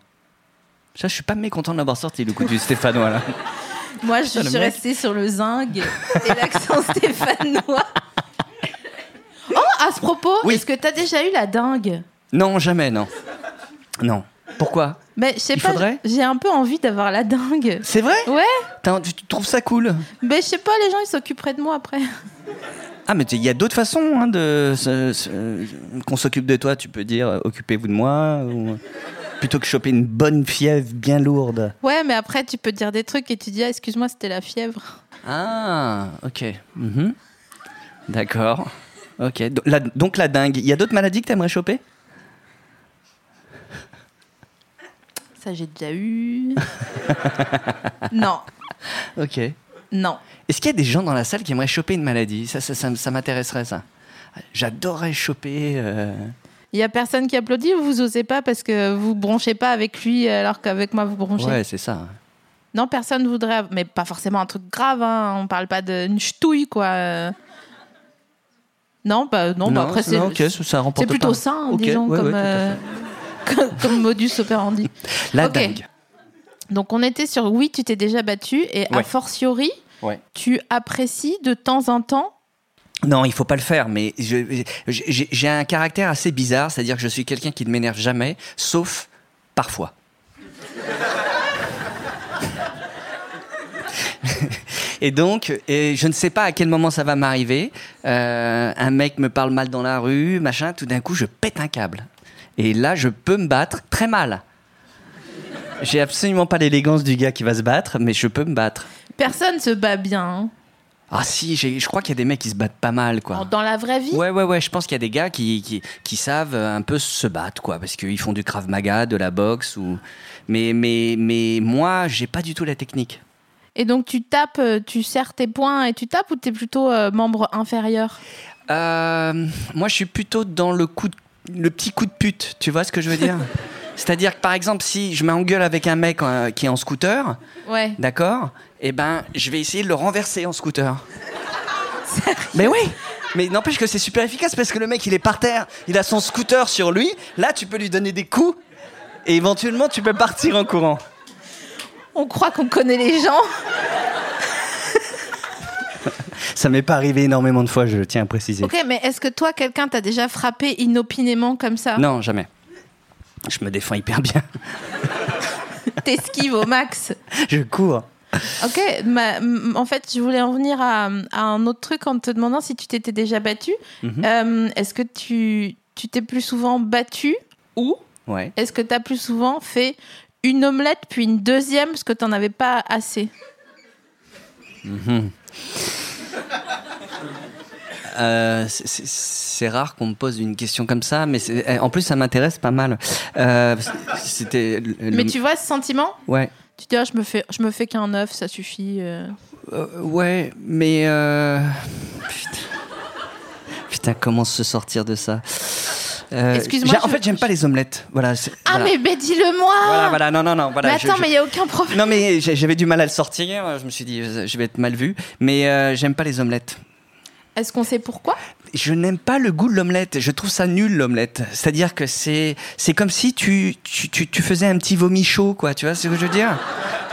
Speaker 3: Ça, je suis pas mécontent de l'avoir sorti le coup du stéphanois là.
Speaker 2: Moi, je suis
Speaker 3: Ah, le mec.
Speaker 2: restée sur le zinc et l'accent stéphanois. Oh, à ce propos,
Speaker 3: Oui.
Speaker 2: est-ce que t'as déjà eu la dingue
Speaker 3: Non, jamais, non, non. Pourquoi
Speaker 2: Mais je sais
Speaker 3: Il
Speaker 2: pas,
Speaker 3: faudrait
Speaker 2: j'ai un peu envie d'avoir la dingue.
Speaker 3: C'est vrai
Speaker 2: Ouais,
Speaker 3: T'as- Tu tu trouves ça cool
Speaker 2: mais je sais pas, les gens ils s'occuperaient de moi après.
Speaker 3: Ah, mais tu- il y a d'autres façons hein, de se- se- qu'on s'occupe de toi. Tu peux dire, euh, occupez-vous de moi, ou- euh, plutôt que choper une bonne fièvre bien lourde.
Speaker 2: Ouais, mais après tu peux dire des trucs et tu dis, ah, excuse-moi, c'était la fièvre.
Speaker 3: Ah, ok. Mhm. D'accord. Ok. Donc la, donc la dingue. Il y a d'autres maladies que t'aimerais choper
Speaker 2: Ça, j'ai déjà eu. non,
Speaker 3: Ok. Est-ce
Speaker 2: non.
Speaker 3: qu'il y a des gens dans la salle qui aimeraient choper une maladie Ça, ça, ça, m- ça m'intéresserait, ça. J'adorerais choper. euh,
Speaker 2: Il y a personne qui applaudit ou vous osez pas parce que vous bronchez pas avec lui alors qu'avec moi vous bronchez
Speaker 3: Ouais, c'est ça.
Speaker 2: Non, personne voudrait, mais pas forcément un truc grave, hein. on parle pas d'une ch'touille quoi. Euh, Non, bah, non, bah, après c'est.
Speaker 3: non, ok, ça- ça remporte
Speaker 2: C'est plutôt
Speaker 3: pas.
Speaker 2: sain,
Speaker 3: Ok,
Speaker 2: disons,
Speaker 3: ouais, ouais,
Speaker 2: comme,
Speaker 3: tout à
Speaker 2: euh, comme, comme modus operandi.
Speaker 3: fait. La
Speaker 2: ok.
Speaker 3: dingue.
Speaker 2: Donc, on était sur oui, tu t'es déjà battu, et a
Speaker 3: Ouais.
Speaker 2: fortiori,
Speaker 3: Ouais.
Speaker 2: tu apprécies de temps en temps.
Speaker 3: Non, il faut pas le faire, mais je- je- j'ai j'ai un caractère assez bizarre, c'est-à-dire que je suis quelqu'un qui ne m'énerve jamais, sauf parfois. Et donc, et je ne sais pas à quel moment ça va m'arriver. Euh, un mec me parle mal dans la rue, machin, tout d'un coup, je pète un câble. Et là, je peux me battre très mal. J'ai absolument pas l'élégance du gars qui va se battre, mais je peux me battre.
Speaker 2: Personne se bat bien. hein.
Speaker 3: Ah si, j'ai- je crois qu'il y a des mecs qui se battent pas mal, quoi.
Speaker 2: En- Dans la vraie vie,
Speaker 3: Bah. Ouais, ouais, ouais, je pense qu'il y a des gars qui, qui, qui savent euh, un peu se battre, quoi, parce qu'ils font du Krav Maga, de la boxe, ou... Mais, mais, mais moi, j'ai pas du tout la technique.
Speaker 2: et donc tu tapes, euh, tu serres tes poings et tu tapes, ou t'es plutôt euh, membre inférieur
Speaker 3: Euh, moi, je suis plutôt dans le coup de- le petit coup de pute, tu vois ce que je veux dire C'est-à-dire que, par exemple, si je m'engueule avec un mec euh, qui est en scooter,
Speaker 2: Ouais.
Speaker 3: d'accord Eh ben, je vais essayer de le renverser en scooter. Mais oui mais n'empêche que c'est super efficace parce que le mec il est par terre, il a son scooter sur lui, là tu peux lui donner des coups et éventuellement tu peux partir en courant.
Speaker 2: On croit qu'on connaît les gens.
Speaker 3: Ça m'est pas arrivé énormément de fois, je tiens à préciser.
Speaker 2: Ok, mais est-ce que toi, quelqu'un t'a déjà frappé inopinément comme ça
Speaker 3: Non, jamais. Je me défends hyper bien.
Speaker 2: T'esquives au max.
Speaker 3: Je cours.
Speaker 2: Ok, ma- m- en fait, je voulais en venir à, à un autre truc en te demandant si tu t'étais déjà battu. Euh, est-ce que tu tu t'es plus souvent battu ou
Speaker 3: Ouais.
Speaker 2: est-ce que t'as plus souvent fait une omelette puis une deuxième parce que t'en avais pas assez
Speaker 3: Euh, c'est- c'est c'est rare qu'on me pose une question comme ça, mais c'est- eh, en plus ça m'intéresse pas mal. Euh, C'était. le-
Speaker 2: Mais tu vois ce sentiment
Speaker 3: Ouais.
Speaker 2: Tu te dis, Ah, je me fais, je me fais qu'un œuf, ça suffit. euh.
Speaker 3: Euh, ouais, mais. euh, Putain. Putain, comment se sortir de ça Euh,
Speaker 2: Excuse-moi,
Speaker 3: j'ai- En
Speaker 2: je-
Speaker 3: fait, j'aime pas les omelettes. Voilà. c'est-
Speaker 2: Ah,
Speaker 3: voilà.
Speaker 2: mais, mais dis-le-moi
Speaker 3: Voilà, voilà, non, non, non. Voilà,
Speaker 2: Mais
Speaker 3: je-
Speaker 2: attends,
Speaker 3: je-
Speaker 2: mais il y a aucun problème.
Speaker 3: Non, mais j'ai- j'avais du mal à le sortir. Je me suis dit, euh, je vais être mal vu. Mais euh, j'aime pas les omelettes.
Speaker 2: Est-ce qu'on sait pourquoi
Speaker 3: Je n'aime pas le goût de l'omelette. Je trouve ça nul, l'omelette. C'est-à-dire que c'est c'est comme si tu, tu, tu, tu faisais un petit vomi chaud, quoi. Tu vois ce que je veux dire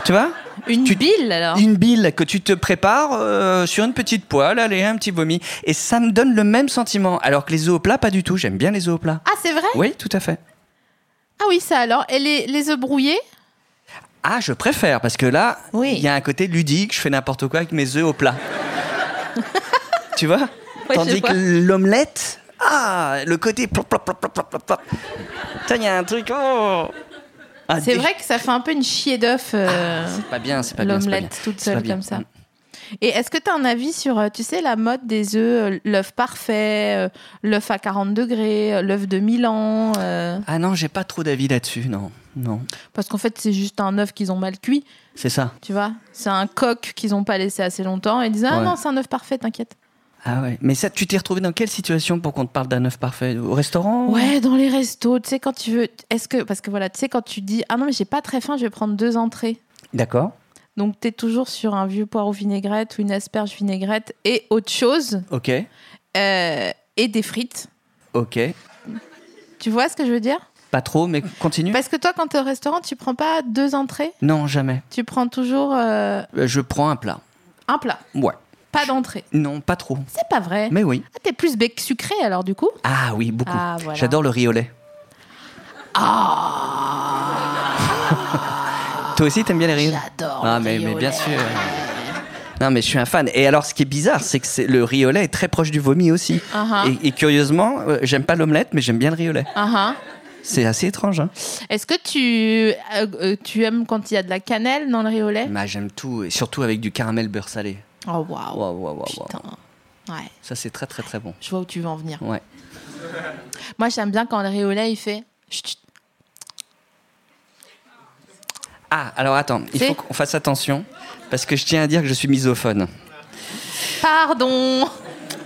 Speaker 3: Tu vois
Speaker 2: Une
Speaker 3: Tu-
Speaker 2: bile alors
Speaker 3: Une bile que tu te prépares euh, sur une petite poêle, allez, un petit vomi. Et ça me donne le même sentiment. Alors que les œufs au plat, pas du tout. J'aime bien les œufs au plat.
Speaker 2: Ah, c'est vrai
Speaker 3: Oui, tout à fait.
Speaker 2: Ah oui, ça alors. Et les, les œufs brouillés
Speaker 3: Ah, je préfère, parce que là, il
Speaker 2: Oui.
Speaker 3: y a un côté ludique, je fais n'importe quoi avec mes œufs au plat. tu vois
Speaker 2: je
Speaker 3: Tandis
Speaker 2: vois.
Speaker 3: que l'omelette, ah, le côté plop, plop, plop, plop, plop, plop, plop. Putain, il y a un truc. oh. Ah,
Speaker 2: C'est
Speaker 3: dé-
Speaker 2: vrai que ça fait un peu une chier d'œuf, euh,
Speaker 3: C'est pas bien, c'est pas bien. c'est pas
Speaker 2: l'omelette
Speaker 3: bien.
Speaker 2: toute
Speaker 3: C'est pas
Speaker 2: seule
Speaker 3: bien. Mm.
Speaker 2: comme ça. Et est-ce que tu as un avis sur, euh, tu sais, la mode des œufs, euh, l'œuf parfait, euh, l'œuf à 40 degrés, euh, l'œuf de Milan euh,
Speaker 3: Ah non, j'ai pas trop d'avis là-dessus, non. Non,
Speaker 2: Parce qu'en fait, c'est juste un œuf qu'ils ont mal cuit,
Speaker 3: c'est ça.
Speaker 2: tu vois. C'est un coq qu'ils n'ont pas laissé assez longtemps et ils disent Ah
Speaker 3: Ouais.
Speaker 2: non, c'est un œuf parfait, t'inquiète.
Speaker 3: Ah ouais. Mais ça, tu t'es retrouvé dans quelle situation pour qu'on te parle d'un œuf parfait Au restaurant
Speaker 2: Ouais, dans les restos, tu sais, quand tu veux. Est-ce que. Parce que voilà, tu sais, quand tu dis Ah non, mais j'ai pas très faim, je vais prendre deux entrées.
Speaker 3: D'accord.
Speaker 2: Donc, t'es toujours sur un vieux poireau vinaigrette ou une asperge vinaigrette et autre chose,
Speaker 3: Ok.
Speaker 2: euh, et des frites.
Speaker 3: Ok.
Speaker 2: Tu vois ce que je veux dire
Speaker 3: Pas trop, mais continue.
Speaker 2: Parce que toi, quand t'es au restaurant, tu prends pas deux entrées,
Speaker 3: Non, jamais.
Speaker 2: tu prends toujours euh,
Speaker 3: Euh, Je prends un plat.
Speaker 2: un plat,
Speaker 3: Ouais.
Speaker 2: pas d'entrée.
Speaker 3: Non, pas trop.
Speaker 2: C'est pas vrai.
Speaker 3: Mais oui.
Speaker 2: Ah, t'es plus bec sucré alors, du coup
Speaker 3: Ah oui, beaucoup.
Speaker 2: Ah, voilà.
Speaker 3: J'adore le riz au lait. Ah Toi aussi, t'aimes bien les riz
Speaker 2: J'adore
Speaker 3: Ah,
Speaker 2: le
Speaker 3: mais,
Speaker 2: riz
Speaker 3: mais
Speaker 2: au
Speaker 3: bien
Speaker 2: lait.
Speaker 3: sûr. Non, mais je suis un fan. Et alors, ce qui est bizarre, c'est que c'est- le riz au lait est très proche du vomi aussi.
Speaker 2: Ah, ah.
Speaker 3: et, et curieusement, euh, j'aime pas l'omelette, mais j'aime bien le riz au lait.
Speaker 2: Ah, ah.
Speaker 3: C'est assez étrange. Hein.
Speaker 2: Est-ce que tu, euh, euh, tu aimes quand il y a de la cannelle dans le riz au lait
Speaker 3: Bah, j'aime tout, et surtout avec du caramel beurre salé.
Speaker 2: Oh, waouh.
Speaker 3: Waouh, waouh, waouh, waouh.
Speaker 2: Putain. Ouais,
Speaker 3: Ça, c'est très, très, très bon.
Speaker 2: je vois où tu veux en venir.
Speaker 3: Ouais.
Speaker 2: Moi, j'aime bien quand le riz au lait, il fait. Chut, chut.
Speaker 3: Ah, alors attends, il
Speaker 2: C'est-
Speaker 3: faut qu'on fasse attention, parce que je tiens à dire que je suis misophone.
Speaker 2: Pardon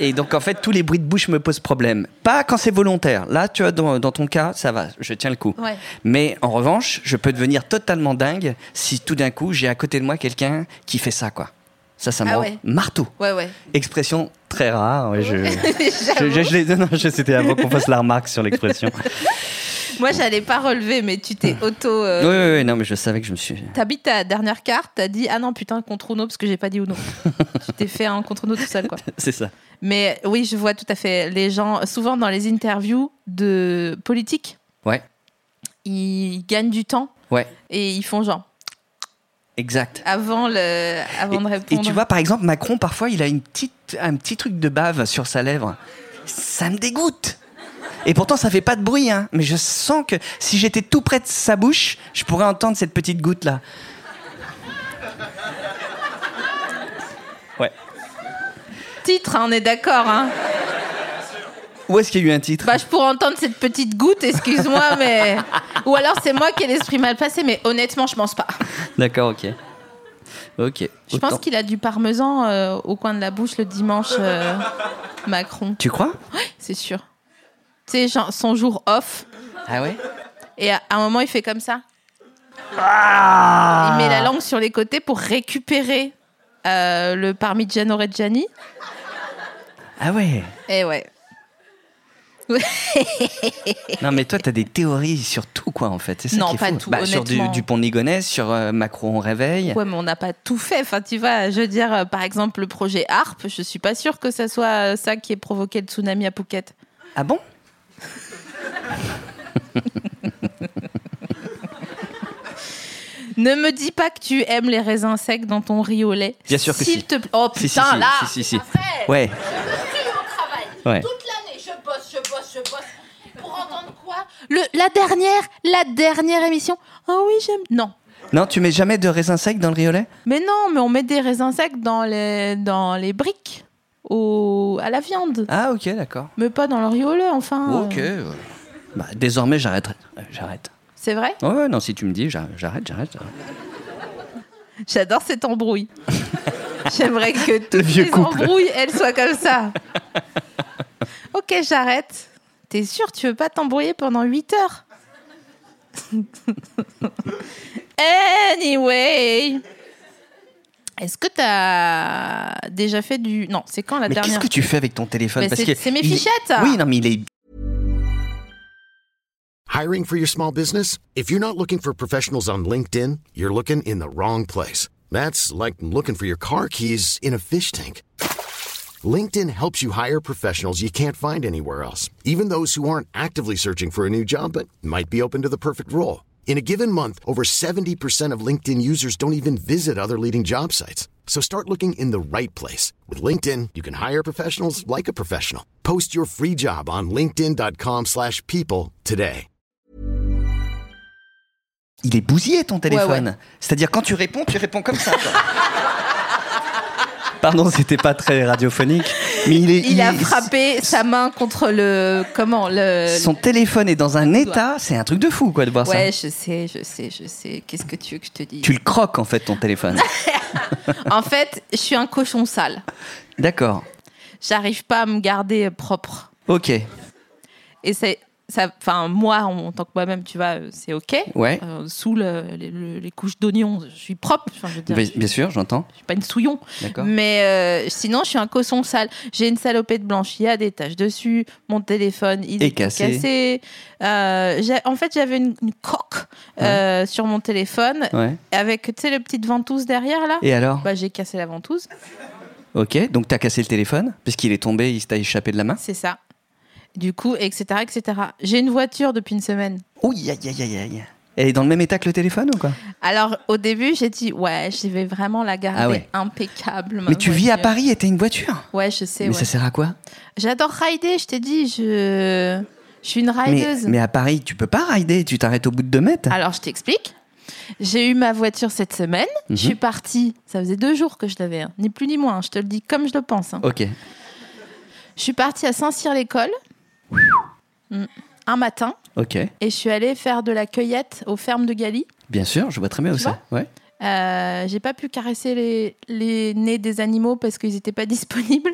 Speaker 3: Et donc en fait, tous les bruits de bouche me posent problème. Pas quand c'est volontaire. Là, tu vois, dans, dans ton cas, ça va, je tiens le coup.
Speaker 2: Ouais.
Speaker 3: Mais en revanche, je peux devenir totalement dingue si tout d'un coup, j'ai à côté de moi quelqu'un qui fait ça, quoi. Ça, ça me
Speaker 2: Ah
Speaker 3: rend
Speaker 2: ouais.
Speaker 3: marteau.
Speaker 2: Ouais, ouais.
Speaker 3: Expression très rare. ouais, je... je,
Speaker 2: J'avoue.
Speaker 3: je- je l'ai- non, je- c'était avant qu'on fasse la remarque sur l'expression.
Speaker 2: Moi, j'allais pas relever, mais tu t'es auto. euh,
Speaker 3: Oui, oui, oui, non, mais je savais que je me suis.
Speaker 2: T'habites ta dernière carte, t'as dit ah non putain contre Uno parce que j'ai pas dit Uno. tu t'es fait un contre Uno tout seul quoi.
Speaker 3: C'est ça.
Speaker 2: Mais oui, je vois tout à fait les gens souvent dans les interviews de politiques,
Speaker 3: Ouais,
Speaker 2: ils gagnent du temps
Speaker 3: ouais,
Speaker 2: et ils font genre
Speaker 3: exact.
Speaker 2: avant le avant de
Speaker 3: Et-
Speaker 2: répondre.
Speaker 3: Et tu vois, par exemple, Macron, parfois, il a une petite, un petit truc de bave sur sa lèvre. Ça me dégoûte. Et pourtant, ça fait pas de bruit, hein. Mais je sens que si j'étais tout près de sa bouche, je pourrais entendre cette petite goutte là. Ouais.
Speaker 2: titre, hein, on est d'accord hein.
Speaker 3: Où est-ce qu'il y a eu un titre
Speaker 2: Bah je pourrais entendre cette petite goutte, excuse-moi mais ou alors c'est moi qui ai l'esprit mal placé mais honnêtement je pense pas.
Speaker 3: D'accord, ok. Ok.
Speaker 2: Je
Speaker 3: autant.
Speaker 2: pense qu'il a du parmesan euh, au coin de la bouche le dimanche euh, Macron,
Speaker 3: Tu crois
Speaker 2: c'est sûr. Tu sais genre, son jour off.
Speaker 3: Ah ouais
Speaker 2: Et à à un moment, il fait comme ça. Il met la langue sur les côtés pour récupérer euh, le parmigiano reggiani.
Speaker 3: Ah ouais.
Speaker 2: Et ouais.
Speaker 3: Non, mais toi, t'as des théories sur tout, quoi, en fait. C'est ça
Speaker 2: Non,
Speaker 3: qui est
Speaker 2: pas
Speaker 3: fou.
Speaker 2: tout,
Speaker 3: Bah, sur du,
Speaker 2: honnêtement.
Speaker 3: du pont Ligonnès, sur euh, Macron on réveille.
Speaker 2: Ouais, mais on n'a pas tout fait. Enfin, tu vois, je veux dire, euh, par exemple, le projet HARP, je suis pas sûre que ça soit euh, ça qui ait provoqué le tsunami à Phuket.
Speaker 3: Ah bon
Speaker 2: Oh, Ne me dis pas que tu aimes les raisins secs dans ton riz au lait.
Speaker 3: Bien sûr que
Speaker 2: S'il
Speaker 3: si.
Speaker 2: te plaît. Oh
Speaker 3: Si, si,
Speaker 2: putain,
Speaker 3: si,
Speaker 2: là
Speaker 3: si, si, si. Ouais. Ouais.
Speaker 2: Le, La dernière, la dernière émission. Oh oui, j'aime. Non.
Speaker 3: Non, tu mets jamais de raisin sec dans le riolet
Speaker 2: Mais non, mais on met des raisins secs dans les, dans les briques au, à la viande.
Speaker 3: Ah, ok, d'accord.
Speaker 2: Mais pas dans le riz au lait, enfin.
Speaker 3: Ok.
Speaker 2: euh,
Speaker 3: ouais. Bah, désormais, j'arrêterai. Euh, J'arrête. Oh,
Speaker 2: C'est vrai
Speaker 3: Ouais, ouais, non, si tu me dis, j'ar- j'arrête, j'arrête. j'arrête.
Speaker 2: J'adore cette embrouille. J'aimerais que toutes
Speaker 3: Le vieux
Speaker 2: les
Speaker 3: couple.
Speaker 2: embrouilles, elles soient comme ça. ok, j'arrête. T'es sûr, tu veux pas t'embrouiller pendant 8 heures Anyway Est-ce que t'as déjà fait du... Non, c'est quand la
Speaker 3: Mais qu'est-ce
Speaker 2: dernière
Speaker 3: que tu fais avec ton téléphone
Speaker 2: Mais
Speaker 3: Parce
Speaker 2: c'est-
Speaker 3: que
Speaker 2: c'est mes
Speaker 3: il-
Speaker 2: fichettes, ça.
Speaker 3: Oui, non, mais il est
Speaker 6: Hiring for your small business? If you're not looking for professionals on LinkedIn, you're looking in the wrong place. That's like looking for your car keys in a fish tank. LinkedIn helps you hire professionals you can't find anywhere else, even those who aren't actively searching for a new job but might be open to the perfect role. In a given month, over 70% of LinkedIn users don't even visit other leading job sites. So start looking in the right place. With LinkedIn, you can hire professionals like a professional. Post your free job on linkedin.com/people slash people today.
Speaker 3: il est bousillé ton téléphone.
Speaker 2: Ouais, ouais.
Speaker 3: C'est-à-dire quand tu réponds, tu réponds comme ça. quoi. Pardon, c'était pas très radiophonique, mais il est.
Speaker 2: Il a frappé sa main contre le. Comment le.
Speaker 3: Son téléphone est dans un état, c'est un truc de fou, quoi, de voir
Speaker 2: Euh, Ouais,
Speaker 3: ça.
Speaker 2: je sais, je sais, je sais. Qu'est-ce que tu veux que je te dise
Speaker 3: Tu le croques en fait ton téléphone.
Speaker 2: En fait, je suis un cochon sale.
Speaker 3: D'accord.
Speaker 2: j'arrive pas à me garder euh, propre.
Speaker 3: Ok.
Speaker 2: Et c'est ça, enfin moi en tant que moi-même, tu vois, c'est ok.
Speaker 3: Ouais.
Speaker 2: Euh, sous le- le- le- les couches d'oignons, je suis propre. Enfin, je veux dire,
Speaker 3: Bien,
Speaker 2: je,
Speaker 3: bien sûr, j'entends.
Speaker 2: je suis pas une souillon.
Speaker 3: D'accord.
Speaker 2: Mais euh, sinon, je suis un cosson sale. J'ai une salopette blanche, il y a des taches dessus. Mon téléphone, il
Speaker 3: Est
Speaker 2: est,
Speaker 3: cassé.
Speaker 2: cassé. Euh, j'ai- en fait, j'avais une, une coque euh, sur mon téléphone
Speaker 3: Ouais.
Speaker 2: avec, tu sais, les petites ventouses derrière là.
Speaker 3: Et alors
Speaker 2: Bah, j'ai cassé la ventouse,
Speaker 3: Ok, donc t'as cassé le téléphone parce qu'il est tombé, il t'a échappé de la main.
Speaker 2: c'est ça. Du coup, etc., etc. J'ai une voiture depuis une semaine.
Speaker 3: Ouh, aïe, aïe, aïe, aïe. Elle est dans le même état que le téléphone ou quoi
Speaker 2: Alors, au début, j'ai dit, ouais, je vais vraiment la garder
Speaker 3: Ah ouais.
Speaker 2: impeccable. ma
Speaker 3: Mais tu vis à
Speaker 2: voiture.
Speaker 3: Paris et t'as une voiture.
Speaker 2: Ouais, je sais.
Speaker 3: Mais
Speaker 2: ouais.
Speaker 3: ça sert à quoi
Speaker 2: J'adore rider, je t'ai dit, je... je suis une
Speaker 3: mais,
Speaker 2: rideuse.
Speaker 3: mais à Paris, tu peux pas rider, tu t'arrêtes au bout de 2 mètres.
Speaker 2: Alors, je t'explique. J'ai eu ma voiture cette semaine.
Speaker 3: Mhm.
Speaker 2: Je suis partie. Ça faisait deux jours que je l'avais, hein. ni plus ni moins. hein. Je te le dis comme je le pense. hein.
Speaker 3: Ok.
Speaker 2: Je suis partie à Saint-Cyr-l'École Mm. un matin
Speaker 3: Ok.
Speaker 2: et je suis allée faire de la cueillette aux fermes de Galie.
Speaker 3: Bien sûr, je vois très bien où
Speaker 2: Tu
Speaker 3: ça. Ouais.
Speaker 2: Euh, J'ai pas pu caresser les, les nez des animaux parce qu'ils n'étaient pas disponibles.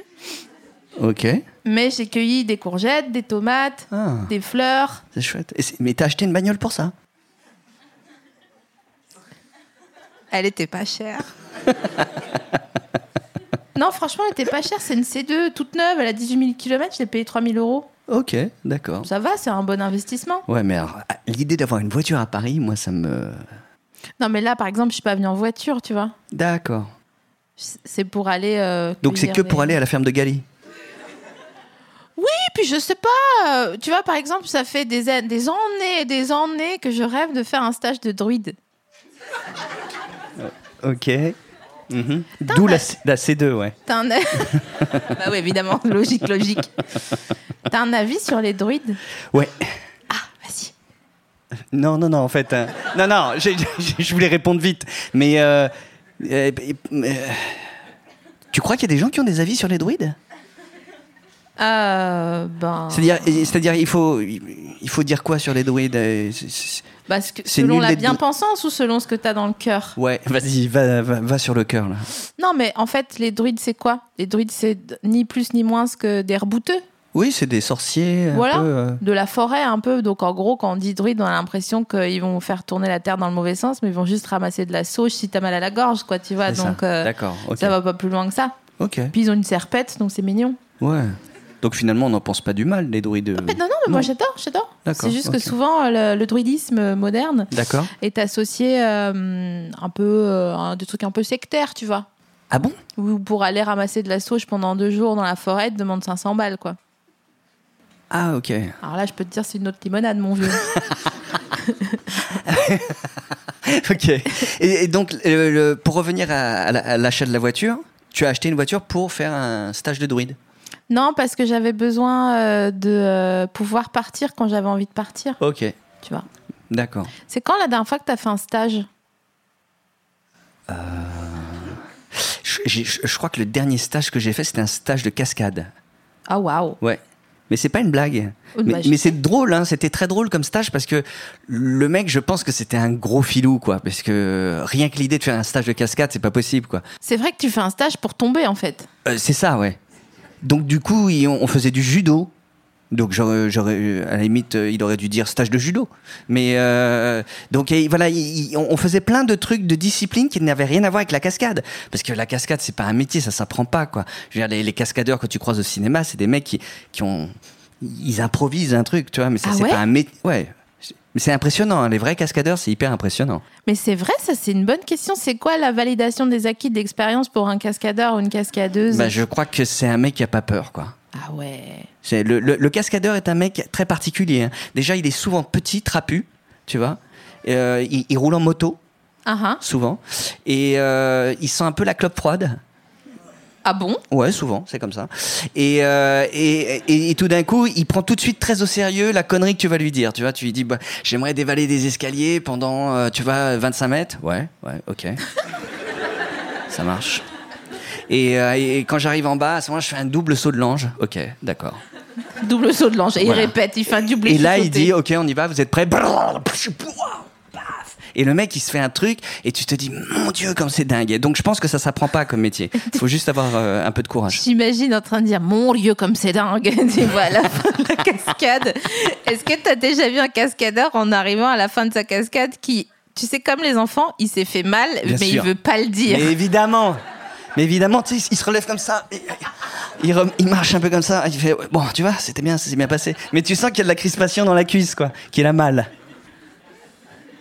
Speaker 3: Ok.
Speaker 2: Mais j'ai cueilli des courgettes, des tomates,
Speaker 3: Ah,
Speaker 2: des fleurs.
Speaker 3: c'est chouette. Et c'est- mais t'as acheté une bagnole pour ça
Speaker 2: Elle était pas chère. non, franchement, elle était pas chère. C'est une C2 toute neuve. Elle a 18 000 km. Je l'ai payée 3 000 euros.
Speaker 3: Ok, d'accord.
Speaker 2: Ça va, c'est un bon investissement.
Speaker 3: Ouais, mais alors, ah, l'idée d'avoir une voiture à Paris, moi, ça me.
Speaker 2: Non, mais là, par exemple, je suis pas venue en voiture, tu vois.
Speaker 3: D'accord.
Speaker 2: C'est pour aller. euh,
Speaker 3: Donc c'est
Speaker 2: cueillir
Speaker 3: que pour
Speaker 2: des-
Speaker 3: aller à la ferme de Galie.
Speaker 2: Et puis, je sais pas. euh, tu vois, par exemple, ça fait des, an- des années et des années que je rêve de faire un stage de druide.
Speaker 3: Ok. Mhm. D'où la, C- la C2, ouais.
Speaker 2: T'as un. bah oui, évidemment. Logique, logique. T'as un avis sur les druides
Speaker 3: Ouais.
Speaker 2: Ah, vas-y.
Speaker 3: Non, non, non, en fait. hein. Non, non, j'ai- j'ai- je voulais répondre vite. Mais. euh, euh, euh, tu crois qu'il y a des gens qui ont des avis sur les druides
Speaker 2: Euh, ben.
Speaker 3: C'est-à-dire, c'est-à-dire, il faut, il faut dire quoi sur les druides euh, c'est- c'est-
Speaker 2: Parce que
Speaker 3: C'est
Speaker 2: selon
Speaker 3: nul
Speaker 2: la
Speaker 3: d'être
Speaker 2: bien-pensance ou selon ce que t'as dans le cœur
Speaker 3: Ouais, vas-y, va, va, va sur le cœur là.
Speaker 2: Non, mais en fait, les druides, c'est quoi Les druides, c'est d- ni plus ni moins que des rebouteux.
Speaker 3: Oui, c'est des sorciers. un
Speaker 2: Voilà.
Speaker 3: peu, euh,
Speaker 2: De la forêt, un peu. Donc, en gros, quand on dit druide, on a l'impression qu'ils vont faire tourner la terre dans le mauvais sens, mais ils vont juste ramasser de la sauge si t'as mal à la gorge, quoi, tu vois.
Speaker 3: c'est ça.
Speaker 2: Donc, euh,
Speaker 3: D'accord. ok.
Speaker 2: ça va pas plus loin que ça.
Speaker 3: Ok.
Speaker 2: Puis, ils ont une serpette, donc c'est mignon.
Speaker 3: Ouais. Donc finalement, on n'en pense pas du mal des druides. euh.
Speaker 2: Mais non, non, mais moi,
Speaker 3: Non.
Speaker 2: j'adore, j'adore.
Speaker 3: D'accord,
Speaker 2: C'est juste
Speaker 3: ok.
Speaker 2: que souvent, euh, le, le druidisme euh, moderne
Speaker 3: D'accord.
Speaker 2: est associé euh, un peu euh, à des trucs un peu sectaires, tu vois.
Speaker 3: Ah bon
Speaker 2: Ou pour aller ramasser de la sauge pendant deux jours dans la forêt, te demande 500 balles, quoi.
Speaker 3: Ah ok.
Speaker 2: Alors là, je peux te dire, c'est une autre limonade, mon vieux.
Speaker 3: ok. Et, et donc, euh, le- pour revenir à, à la- à l'achat de la voiture, tu as acheté une voiture pour faire un stage de druide.
Speaker 2: non, parce que j'avais besoin euh, de euh, pouvoir partir quand j'avais envie de partir,
Speaker 3: Ok.
Speaker 2: tu vois.
Speaker 3: D'accord.
Speaker 2: C'est quand la dernière fois que t'as fait un stage
Speaker 3: Je, j'ai- je- je crois que le dernier stage que j'ai fait, c'était un stage de cascade.
Speaker 2: Ah, waouh
Speaker 3: Ouais. Mais c'est pas une blague.
Speaker 2: Oh,
Speaker 3: mais
Speaker 2: bah, je
Speaker 3: mais
Speaker 2: sais.
Speaker 3: c'est drôle, hein. c'était très drôle comme stage parce que le mec, je pense que c'était un gros filou, quoi. Parce que rien que l'idée de faire un stage de cascade, c'est pas possible, quoi.
Speaker 2: C'est vrai que tu fais un stage pour tomber, en fait.
Speaker 3: Euh, c'est ça, ouais. Donc du coup, il- on, on faisait du judo. Donc j'aurais, j'aurais- à la limite, euh, il aurait dû dire stage de judo. Mais euh, donc et voilà, il- il- on on faisait plein de trucs de disciplines qui n'avaient rien à voir avec la cascade, parce que la cascade c'est pas un métier, ça s'apprend pas quoi. Je veux dire, les, les cascadeurs que tu croises au cinéma, c'est des mecs qui, qui ont, ils improvisent un truc, tu vois, mais ça
Speaker 2: Ah
Speaker 3: c'est
Speaker 2: ouais
Speaker 3: pas un métier. Ouais, mais c'est impressionnant. hein. Les vrais cascadeurs, c'est hyper impressionnant.
Speaker 2: Mais c'est vrai, ça, c'est une bonne question. C'est quoi la validation des acquis de l'expérience pour un cascadeur ou une cascadeuse
Speaker 3: Bah, je crois que c'est un mec qui a pas peur quoi.
Speaker 2: Ah ouais
Speaker 3: C'est- Le, le- le cascadeur est un mec très particulier. hein. Déjà, il est souvent petit, trapu, tu vois. Euh, il, il roule en moto,
Speaker 2: Ah, hein.
Speaker 3: souvent. Et euh, il sent un peu la clope froide.
Speaker 2: Ah bon
Speaker 3: Ouais, souvent, c'est comme ça. Et, euh, et, et- et tout d'un coup, il prend tout de suite très au sérieux la connerie que tu vas lui dire. Tu vois, tu lui dis, bah, j'aimerais dévaler des escaliers pendant, euh, tu vois, 25 mètres. Ouais, ouais, ok. ça marche. Et, euh, et- et quand j'arrive en bas, à ce moment-là, je fais un double saut de l'ange. Ok, d'accord.
Speaker 2: Double saut de l'ange. Et
Speaker 3: Voilà.
Speaker 2: il répète, il fait un double
Speaker 3: Et
Speaker 2: saut
Speaker 3: là, il
Speaker 2: sauté.
Speaker 3: dit, ok, on y va, vous êtes prêts Brrr, psh, pouah, paf. Et le mec, il se fait un truc et tu te dis, mon Dieu, comme c'est dingue. Et donc, je pense que ça s'apprend pas comme métier. Il faut juste avoir euh, un peu de courage.
Speaker 2: J'imagine en train de dire mon Dieu comme c'est dingue, tu vois à la fin de la cascade. Est-ce que t'as déjà vu un cascadeur en arrivant à la fin de sa cascade qui, tu sais comme les enfants, il s'est fait mal
Speaker 3: Bien
Speaker 2: mais
Speaker 3: sûr.
Speaker 2: il veut pas le dire.
Speaker 3: Mais évidemment Mais évidemment, tu sais, il se relève comme ça. et- Il, rem- il marche un peu comme ça. Il fait, ouais, bon, tu vois, c'était bien, ça s'est bien passé. Mais tu sens qu'il y a de la crispation dans la cuisse, quoi. Qu'il a mal.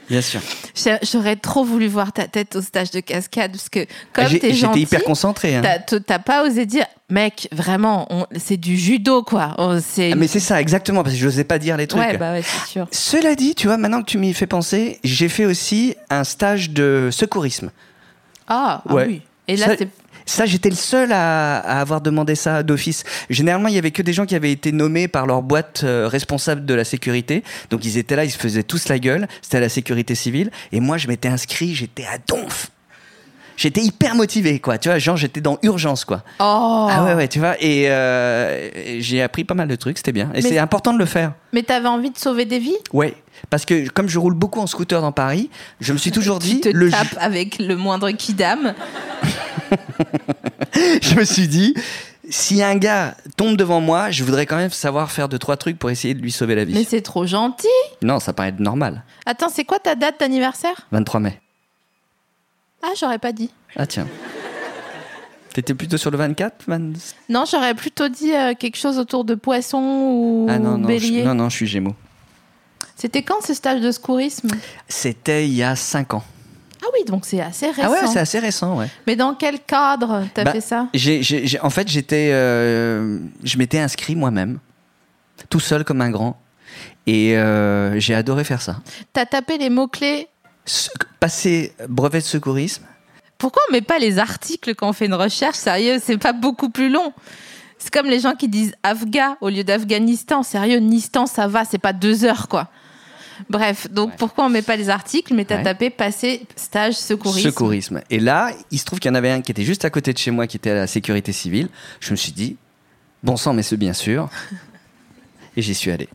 Speaker 3: Bien sûr.
Speaker 2: J'a- J'aurais trop voulu voir ta tête au stage de cascade parce que comme
Speaker 3: J'ai-
Speaker 2: t'es
Speaker 3: J'étais
Speaker 2: gentil,
Speaker 3: hyper concentré. hein.
Speaker 2: t'as- t- t'as pas osé dire mec vraiment on- c'est du judo quoi. Oh, c'est
Speaker 3: Ah, Mais c'est ça, exactement, parce que je n'osais pas dire les trucs.
Speaker 2: ouais bah ouais c'est sûr.
Speaker 3: Cela dit, tu vois, maintenant que tu m'y fais penser, j'ai fait aussi un stage de secourisme.
Speaker 2: Ah, ah
Speaker 3: Ouais.
Speaker 2: oui. Et là
Speaker 3: ça,
Speaker 2: c'est
Speaker 3: ça, j'étais le seul à, à avoir demandé ça d'office. Généralement, il y avait que des gens qui avaient été nommés par leur boîte euh, responsable de la sécurité. Donc ils étaient là, ils se faisaient tous la gueule. C'était à la sécurité civile. Et moi, je m'étais inscrit, j'étais à donf. J'étais hyper motivé, quoi. Tu vois, genre, j'étais dans urgence, quoi.
Speaker 2: oh.
Speaker 3: Ah ouais, ouais, tu vois. Et euh, j'ai appris pas mal de trucs, c'était bien. Et
Speaker 2: Mais-
Speaker 3: c'est important de le faire.
Speaker 2: Mais t'avais envie de sauver des vies
Speaker 3: Ouais, parce que comme je roule beaucoup en scooter dans Paris, je me suis toujours dit,
Speaker 2: Tu te
Speaker 3: le ju-
Speaker 2: tapes avec le moindre kidam.
Speaker 3: je me suis dit, si un gars tombe devant moi, je voudrais quand même savoir faire deux trois trucs pour essayer de lui sauver la vie.
Speaker 2: Mais c'est trop gentil.
Speaker 3: Non, ça paraît normal.
Speaker 2: Attends, c'est quoi ta date d'anniversaire
Speaker 3: 23 mai.
Speaker 2: Ah, j'aurais pas dit.
Speaker 3: Ah tiens. T'étais plutôt sur le 24 vingt-
Speaker 2: Non, j'aurais plutôt dit euh, quelque chose autour de poisson ou
Speaker 3: Ah non non, je,
Speaker 2: bélier.
Speaker 3: non non, je suis Gémeaux.
Speaker 2: C'était quand ce stage de secourisme
Speaker 3: C'était il y a 5 ans.
Speaker 2: Ah oui, donc c'est assez récent.
Speaker 3: Ah ouais, c'est assez récent, ouais.
Speaker 2: Mais dans quel cadre t'as
Speaker 3: Bah,
Speaker 2: fait ça
Speaker 3: j'ai- j'ai- j'ai- en fait, j'étais, euh, je m'étais inscrit moi-même, tout seul comme un grand, et euh, j'ai adoré faire ça.
Speaker 2: T'as tapé les mots-clés.
Speaker 3: Sec- passer brevet de secourisme.
Speaker 2: Pourquoi on met pas les articles quand on fait une recherche Sérieux, c'est pas beaucoup plus long. C'est comme les gens qui disent Afghan au lieu d'Afghanistan. Sérieux, Nistan, ça va, c'est pas deux heures, quoi. Bref, donc pourquoi on met pas les articles, mais t'as
Speaker 3: Ouais.
Speaker 2: tapé passer stage secourisme.
Speaker 3: Secourisme. Et là, il se trouve qu'il y en avait un qui était juste à côté de chez moi, qui était à la sécurité civile. Je me suis dit, bon sang, mais c'est bien sûr. Et j'y suis allé.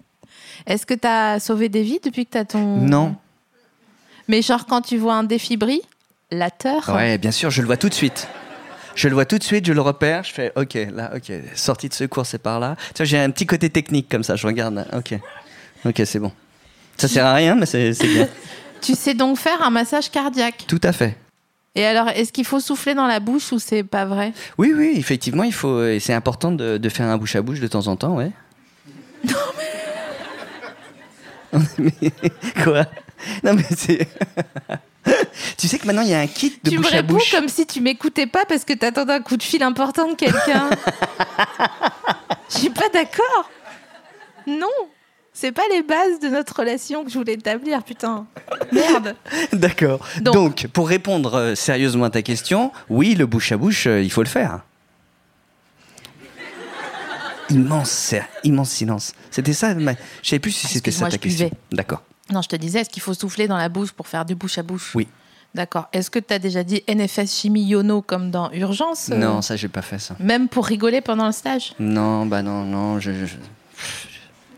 Speaker 2: Est-ce que t'as sauvé des vies depuis que t'as ton.
Speaker 3: Non.
Speaker 2: Mais genre quand tu vois un défibrillateur,
Speaker 3: Ouais, bien sûr, je le vois tout de suite. Je le vois tout de suite, je le repère, je fais OK, là, OK, sortie de secours, c'est par là. Tu vois, j'ai un petit côté technique comme ça, je regarde, OK. OK, c'est bon. Ça sert à rien, mais c'est c'est bien.
Speaker 2: tu sais donc faire un massage cardiaque.
Speaker 3: tout à fait.
Speaker 2: Et alors, est-ce qu'il faut souffler dans la bouche ou c'est pas vrai
Speaker 3: Oui, oui, effectivement, il faut, et c'est important de, de faire un bouche à bouche de temps en temps, ouais. Non mais. quoi Non mais c'est. tu sais que maintenant il y a un kit de
Speaker 2: Tu me
Speaker 3: bouche à
Speaker 2: réponds
Speaker 3: bouche.
Speaker 2: comme si tu m'écoutais pas parce que t'attendais un coup de fil important de quelqu'un. Je suis pas d'accord. Non, c'est pas les bases de notre relation que je voulais établir, putain. Merde.
Speaker 3: D'accord. Donc.
Speaker 2: Donc-
Speaker 3: pour répondre euh, sérieusement à ta question, oui, le bouche à bouche, euh, il faut le faire. Immense, ser- immense silence. C'était ça, ma- je savais plus si c'était ça
Speaker 2: Ah, Excuse-moi,
Speaker 3: ta
Speaker 2: je buvais.
Speaker 3: question. D'accord.
Speaker 2: Non, je te disais, est-ce qu'il faut souffler dans la bouche pour faire du bouche à bouche
Speaker 3: Oui.
Speaker 2: D'accord. Est-ce que t'as déjà dit NFS chimie yono comme dans Urgence euh,
Speaker 3: Non, ça j'ai pas fait ça.
Speaker 2: Même pour rigoler pendant le stage
Speaker 3: Non, bah non, non, je. je- je-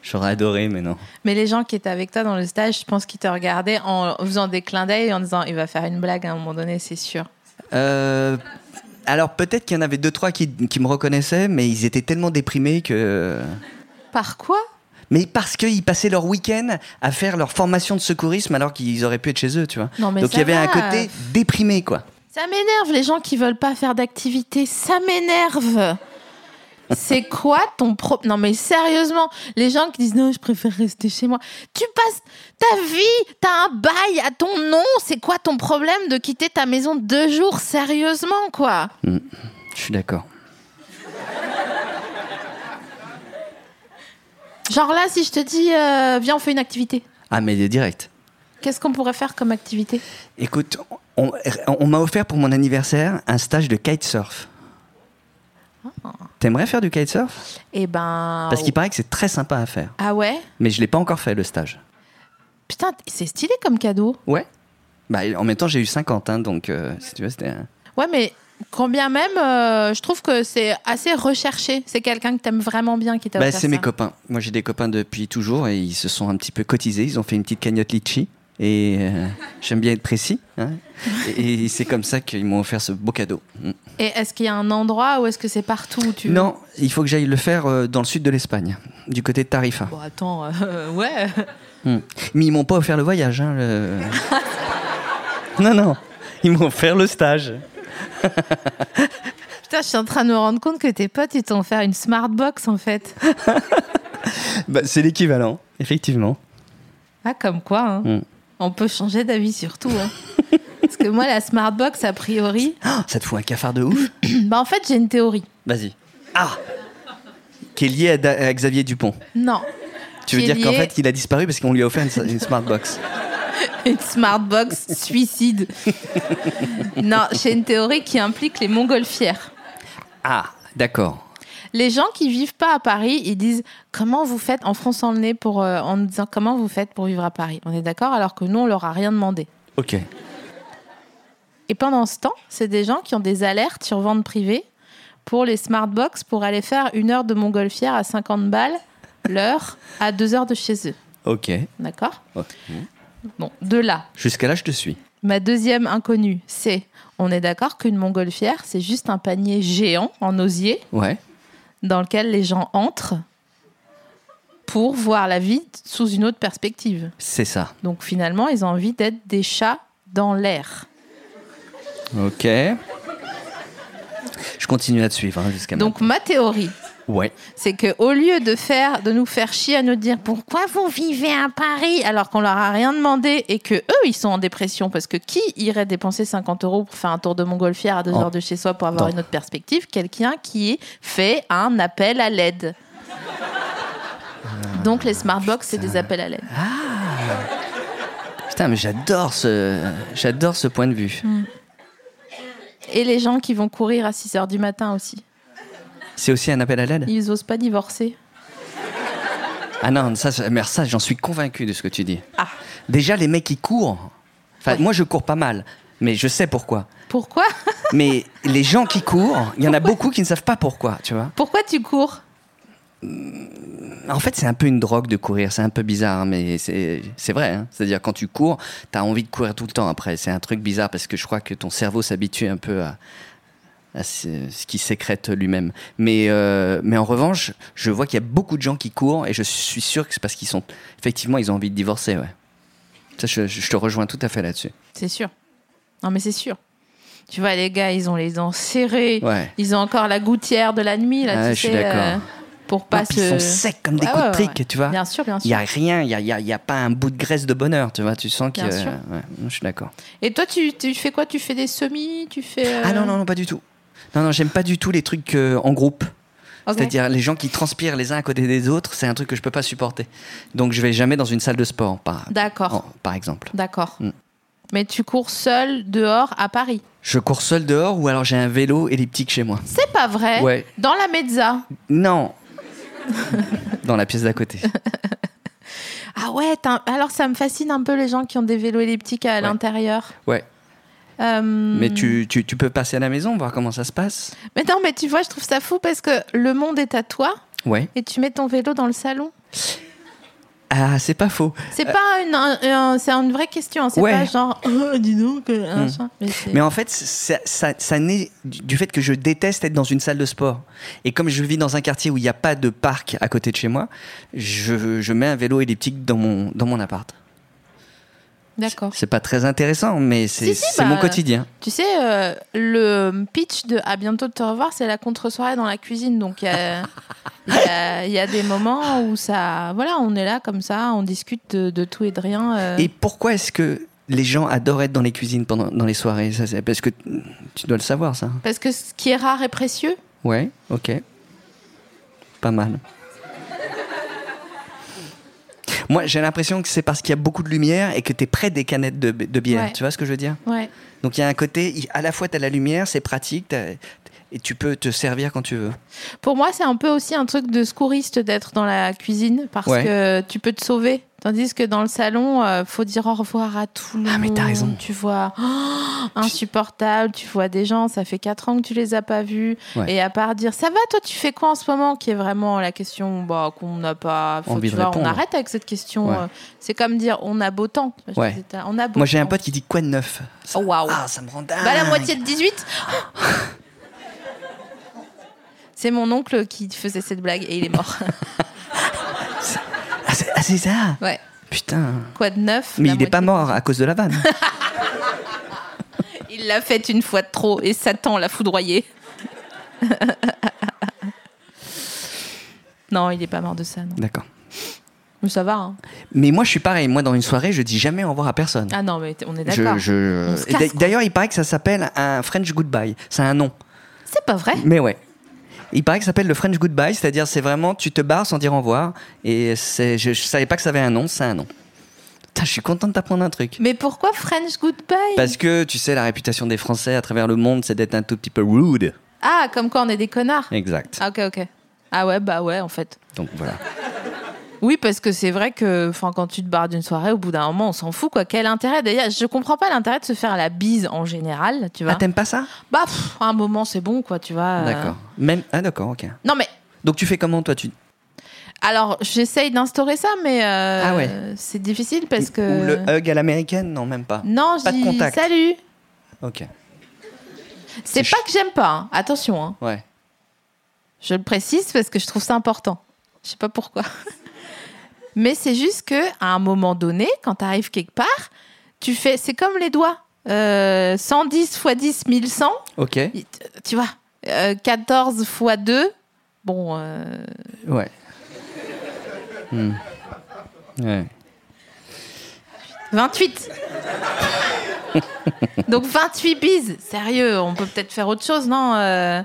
Speaker 3: J'aurais adoré, mais non.
Speaker 2: Mais les gens qui étaient avec toi dans le stage, je pense qu'ils te regardaient en faisant des clins d'œil et en disant il va faire une blague à un moment donné, c'est sûr.
Speaker 3: Euh, alors peut-être qu'il y en avait deux, trois qui, qui me reconnaissaient, mais ils étaient tellement déprimés que...
Speaker 2: Par quoi
Speaker 3: Mais parce qu'ils passaient leur week-end à faire leur formation de secourisme alors qu'ils auraient pu être chez eux, tu vois.
Speaker 2: Non, mais
Speaker 3: Donc il y
Speaker 2: ça
Speaker 3: avait un
Speaker 2: va.
Speaker 3: côté déprimé, quoi.
Speaker 2: Ça m'énerve les gens qui veulent pas faire d'activité, ça m'énerve. C'est quoi ton pro Non mais sérieusement, les gens qui disent non, je préfère rester chez moi. Tu passes ta vie, t'as un bail à ton nom. C'est quoi ton problème de quitter ta maison deux jours sérieusement quoi
Speaker 3: Je suis d'accord.
Speaker 2: Genre là, si je te dis euh, viens, on fait une activité.
Speaker 3: Ah mais direct.
Speaker 2: Qu'est-ce qu'on pourrait faire comme activité
Speaker 3: Écoute, on, on m'a offert pour mon anniversaire un stage de kitesurf.
Speaker 2: Ah.
Speaker 3: T'aimerais faire du kitesurf
Speaker 2: Eh ben.
Speaker 3: Parce qu'il paraît que c'est très sympa à faire.
Speaker 2: Ah ouais
Speaker 3: Mais je l'ai pas encore fait, le stage.
Speaker 2: Putain, t- c'est stylé comme cadeau.
Speaker 3: Ouais. Bah, en même temps, j'ai eu 50, hein, donc euh, si tu veux, c'était un-
Speaker 2: Ouais, mais combien même, euh, je trouve que c'est assez recherché. C'est quelqu'un que t'aimes vraiment bien qui t'a
Speaker 3: Bah,
Speaker 2: offert
Speaker 3: c'est mes
Speaker 2: ça.
Speaker 3: copains. Moi, j'ai des copains depuis toujours et ils se sont un petit peu cotisés. Ils ont fait une petite cagnotte litchi. Et euh, j'aime bien être précis. hein. Et, et c'est comme ça qu'ils m'ont offert ce beau cadeau. Mm.
Speaker 2: Et est-ce qu'il y a un endroit ou est-ce que c'est partout où tu...
Speaker 3: Non, il faut que j'aille le faire euh, dans le sud de l'Espagne, du côté de Tarifa.
Speaker 2: Bon, attends, euh, ouais.
Speaker 3: Mm. Mais ils m'ont pas offert le voyage. hein, le- non, non, ils m'ont offert le stage.
Speaker 2: Putain, je suis en train de me rendre compte que tes potes, ils t'ont offert une smart box en fait.
Speaker 3: Bah, c'est l'équivalent, effectivement.
Speaker 2: Ah, comme quoi, hein.
Speaker 3: Mm.
Speaker 2: on peut changer d'avis sur tout. hein. Parce que moi, la smart box, a priori,
Speaker 3: Ah, ça te fout un cafard de ouf
Speaker 2: bah en fait, j'ai une théorie.
Speaker 3: Vas-y. Ah Qui est lié à, Da- à Xavier Dupont.
Speaker 2: Non.
Speaker 3: Tu veux
Speaker 2: Qui est
Speaker 3: dire qu'en
Speaker 2: lié-
Speaker 3: fait, il a disparu parce qu'on lui a offert une, une smart box.
Speaker 2: Une smart box suicide. non, j'ai une théorie qui implique les montgolfières.
Speaker 3: Ah, d'accord.
Speaker 2: Les gens qui vivent pas à Paris, ils disent comment vous faites en fronçant le nez pour euh, en disant comment vous faites pour vivre à Paris. On est d'accord alors que nous on leur a rien demandé.
Speaker 3: Ok.
Speaker 2: Et pendant ce temps, c'est des gens qui ont des alertes sur vente privée pour les smartbox pour aller faire une heure de montgolfière à 50 balles l'heure à deux heures de chez eux.
Speaker 3: Ok.
Speaker 2: D'accord
Speaker 3: Oh.
Speaker 2: Bon, de là,
Speaker 3: Jusqu'à là, je te suis.
Speaker 2: Ma deuxième inconnue, c'est on est d'accord qu'une montgolfière, c'est juste un panier géant en osier
Speaker 3: Ouais.
Speaker 2: dans lequel les gens entrent pour voir la vie sous une autre perspective.
Speaker 3: C'est ça.
Speaker 2: Donc finalement, ils ont envie d'être des chats dans l'air.
Speaker 3: Ok. Je continue à te suivre hein, jusqu'à
Speaker 2: Donc ma théorie,
Speaker 3: maintenant. Ouais.
Speaker 2: c'est que au lieu de faire de nous faire chier à nous dire pourquoi vous vivez à Paris alors qu'on leur a rien demandé et que eux ils sont en dépression parce que qui irait dépenser 50 euros pour faire un tour de montgolfière à deux
Speaker 3: En-
Speaker 2: heures de chez soi pour avoir
Speaker 3: Dans-
Speaker 2: une autre perspective quelqu'un qui fait un appel à l'aide donc les smartbox c'est des appels à l'aide
Speaker 3: Putain, mais j'adore ce, j'adore ce point de vue.
Speaker 2: et les gens qui vont courir à 6 heures du matin aussi
Speaker 3: C'est aussi un appel à l'aide
Speaker 2: ils osent pas divorcer
Speaker 3: Ah non, ça, ça- mais ça, j'en suis convaincu de ce que tu dis.
Speaker 2: ah
Speaker 3: Déjà, les mecs qui courent. Enfin,
Speaker 2: Ouais.
Speaker 3: moi, je cours pas mal, mais je sais pourquoi.
Speaker 2: pourquoi
Speaker 3: Mais les gens qui courent, il y en a beaucoup qui ne savent pas pourquoi, tu vois.
Speaker 2: pourquoi tu cours
Speaker 3: En fait, c'est un peu une drogue de courir, c'est un peu bizarre, hein, mais c'est c'est vrai. hein. C'est-à-dire, quand tu cours, t'as envie de courir tout le temps après. C'est un truc bizarre parce que je crois que ton cerveau s'habitue un peu à, à ce, ce qui sécrète lui-même. Mais, euh, mais en revanche, je vois qu'il y a beaucoup de gens qui courent et je suis sûr que c'est parce qu'ils sont. Effectivement, ils ont envie de divorcer, ouais. Ça, je, je te rejoins tout à fait là-dessus.
Speaker 2: C'est sûr. Non, mais c'est sûr. Tu vois, les gars, ils ont les dents serrées.
Speaker 3: Ouais.
Speaker 2: Ils ont encore la gouttière de la nuit, là,
Speaker 3: Ouais,
Speaker 2: tu
Speaker 3: je suis
Speaker 2: sais, euh,
Speaker 3: d'accord.
Speaker 2: pour pas
Speaker 3: Ah, puis
Speaker 2: se...
Speaker 3: Ils sont secs comme des
Speaker 2: euh, Ouais,
Speaker 3: coups de
Speaker 2: ouais, ouais.
Speaker 3: trique, tu vois.
Speaker 2: Bien sûr, bien
Speaker 3: Il n'y
Speaker 2: sûr.
Speaker 3: a rien, il n'y a, il y a- il y a pas un bout de graisse de bonheur, tu vois. Tu sens que. euh,
Speaker 2: Bien sûr.
Speaker 3: ouais, je suis d'accord.
Speaker 2: Et toi, tu, tu fais quoi Tu fais des semis Tu fais... euh,
Speaker 3: Ah non, non, non, pas du tout. Non, non, j'aime pas du tout les trucs euh, en groupe.
Speaker 2: ok.
Speaker 3: C'est-à-dire les gens qui transpirent les uns à côté des autres, c'est un truc que je peux pas supporter. Donc je vais jamais dans une salle de sport, par,
Speaker 2: D'accord,
Speaker 3: en- par exemple.
Speaker 2: d'accord.
Speaker 3: Mm.
Speaker 2: Mais tu cours seul, dehors, à Paris.
Speaker 3: Je cours seul dehors ou alors j'ai un vélo elliptique chez moi.
Speaker 2: C'est pas vrai
Speaker 3: Ouais.
Speaker 2: Dans la mezza.
Speaker 3: Non Dans la pièce d'à côté.
Speaker 2: Ah ouais, t'as- alors ça me fascine un peu les gens qui ont des vélos elliptiques à l'intérieur.
Speaker 3: Ouais.
Speaker 2: Euh,
Speaker 3: Mais tu, tu, tu peux passer à la maison, voir comment ça se passe
Speaker 2: Mais non, mais tu vois, je trouve ça fou parce que le monde est à toi
Speaker 3: Ouais.
Speaker 2: et tu mets ton vélo dans le salon.
Speaker 3: Ah, c'est pas faux.
Speaker 2: C'est pas une, un- un- c'est une vraie question. hein. C'est
Speaker 3: Ouais. Mm.
Speaker 2: pas genre, oh, dis donc. euh, un chat. Mais c'est-
Speaker 3: Mais en fait, ça, ça, ça naît du du fait que je déteste être dans une salle de sport. Et comme je vis dans un quartier où il n'y a pas de parc à côté de chez moi, je, je mets un vélo elliptique dans mon, dans mon appart.
Speaker 2: D'accord.
Speaker 3: C'est pas très intéressant, mais c'est
Speaker 2: Si, si,
Speaker 3: c'est
Speaker 2: bah,
Speaker 3: mon quotidien.
Speaker 2: Tu sais, euh, le pitch de à bientôt de te revoir, c'est la contre-soirée dans la cuisine. Donc, il y a- il y, a- il y a des moments où ça. Voilà, on est là comme ça, on discute de, de tout et de rien. euh.
Speaker 3: Et pourquoi est-ce que les gens adorent être dans les cuisines pendant dans les soirées Ça, c'est- Parce que tu dois le savoir, ça.
Speaker 2: Parce que ce qui est rare est précieux.
Speaker 3: Ouais, ok. Pas mal. Moi, j'ai l'impression que c'est parce qu'il y a beaucoup de lumière et que tu es près des canettes de, de bière.
Speaker 2: Ouais.
Speaker 3: Tu vois ce que je veux dire
Speaker 2: Ouais.
Speaker 3: Donc il y a un côté, il- à la fois tu as la lumière, c'est pratique, t'as- et tu peux te servir quand tu veux.
Speaker 2: Pour moi, c'est un peu aussi un truc de secouriste d'être dans la cuisine parce
Speaker 3: Ouais.
Speaker 2: que tu peux te sauver. T'as- Tandis que dans le salon, euh, faut dire au revoir à tout le
Speaker 3: Ah, mais
Speaker 2: monde.
Speaker 3: t'as raison.
Speaker 2: Tu vois, oh, insupportable. Tu vois des gens, ça fait 4 ans que tu les as pas vus.
Speaker 3: Ouais.
Speaker 2: Et à part dire, ça va, toi, tu fais quoi en ce moment Qui est vraiment la question bah, qu'on n'a pas. Faut,
Speaker 3: Envie de
Speaker 2: tu vois, on
Speaker 3: répondre.
Speaker 2: arrête avec cette question.
Speaker 3: Ouais.
Speaker 2: euh, C'est comme dire, on a beau temps. Je
Speaker 3: Ouais.
Speaker 2: disais, t'as- On a beau
Speaker 3: Moi j'ai un
Speaker 2: temps.
Speaker 3: pote qui dit quoi de neuf Ça-
Speaker 2: Oh, waouh.
Speaker 3: Ah, ça me rend dingue.
Speaker 2: Bah, la moitié de 18 C'est mon oncle qui faisait cette blague et il est mort.
Speaker 3: Ah, c'est ah, c'est ça
Speaker 2: ouais.
Speaker 3: Putain.
Speaker 2: Quoi de neuf
Speaker 3: Mais
Speaker 2: la
Speaker 3: il n'est pas
Speaker 2: moitié-
Speaker 3: mort à cause de la vanne.
Speaker 2: Il l'a faite une fois de trop et Satan l'a foudroyé. non, il est pas mort de ça, non.
Speaker 3: D'accord.
Speaker 2: Mais ça va. hein.
Speaker 3: Mais moi je suis pareil. Moi dans une soirée je dis jamais au revoir à personne.
Speaker 2: Ah non, mais t- on est
Speaker 3: Je-
Speaker 2: d'accord.
Speaker 3: je-
Speaker 2: On se casse,
Speaker 3: D'a-
Speaker 2: quoi.
Speaker 3: D'ailleurs, il paraît que ça s'appelle un French goodbye. C'est un nom.
Speaker 2: C'est pas vrai.
Speaker 3: Mais ouais. Il paraît que ça s'appelle le French goodbye, c'est-à-dire c'est vraiment tu te barres sans dire au revoir. Et c'est, je, je savais pas que ça avait un nom, c'est un nom. Putain, je suis content de t'apprendre un truc.
Speaker 2: Mais pourquoi French Goodbye
Speaker 3: Parce que tu sais, la réputation des Français à travers le monde, c'est d'être un tout petit peu rude.
Speaker 2: Ah, comme quoi on est des connards.
Speaker 3: Exact.
Speaker 2: Ah, ok, ok. Ah ouais, bah ouais, en fait.
Speaker 3: Donc voilà. Ah,
Speaker 2: Oui, parce que c'est vrai que enfin, quand tu te barres d'une soirée, au bout d'un moment, on s'en fout. quoi. Quel intérêt D'ailleurs, je comprends pas l'intérêt de se faire la bise en général, tu
Speaker 3: Ah,
Speaker 2: vois.
Speaker 3: t'aimes pas ça
Speaker 2: bah, pff, à un moment, c'est bon, quoi, tu vois. euh.
Speaker 3: D'accord. Même. Ah, d'accord, ok.
Speaker 2: Non, mais
Speaker 3: Donc tu fais comment toi tu...
Speaker 2: alors, j'essaye d'instaurer ça, mais euh,
Speaker 3: Ah ouais.
Speaker 2: c'est difficile parce que.
Speaker 3: Ou le hug à l'américaine Non, même pas.
Speaker 2: Non, je
Speaker 3: Pas de
Speaker 2: dis
Speaker 3: contact.
Speaker 2: salut.
Speaker 3: Ok.
Speaker 2: C'est
Speaker 3: C'est
Speaker 2: pas que j'aime pas, hein. attention. hein.
Speaker 3: Ouais.
Speaker 2: Je le précise parce que je trouve ça important. Je sais pas pourquoi. Mais c'est juste que à un moment donné, quand tu arrives quelque part, tu fais. C'est comme les doigts. Euh, 110 fois 10, 1100.
Speaker 3: Ok.
Speaker 2: Il- Tu vois, euh, 14 fois 2. Bon, euh,
Speaker 3: Ouais. Hmm. Ouais.
Speaker 2: 28. Donc 28 bises. Sérieux, on peut peut-être faire autre chose, non euh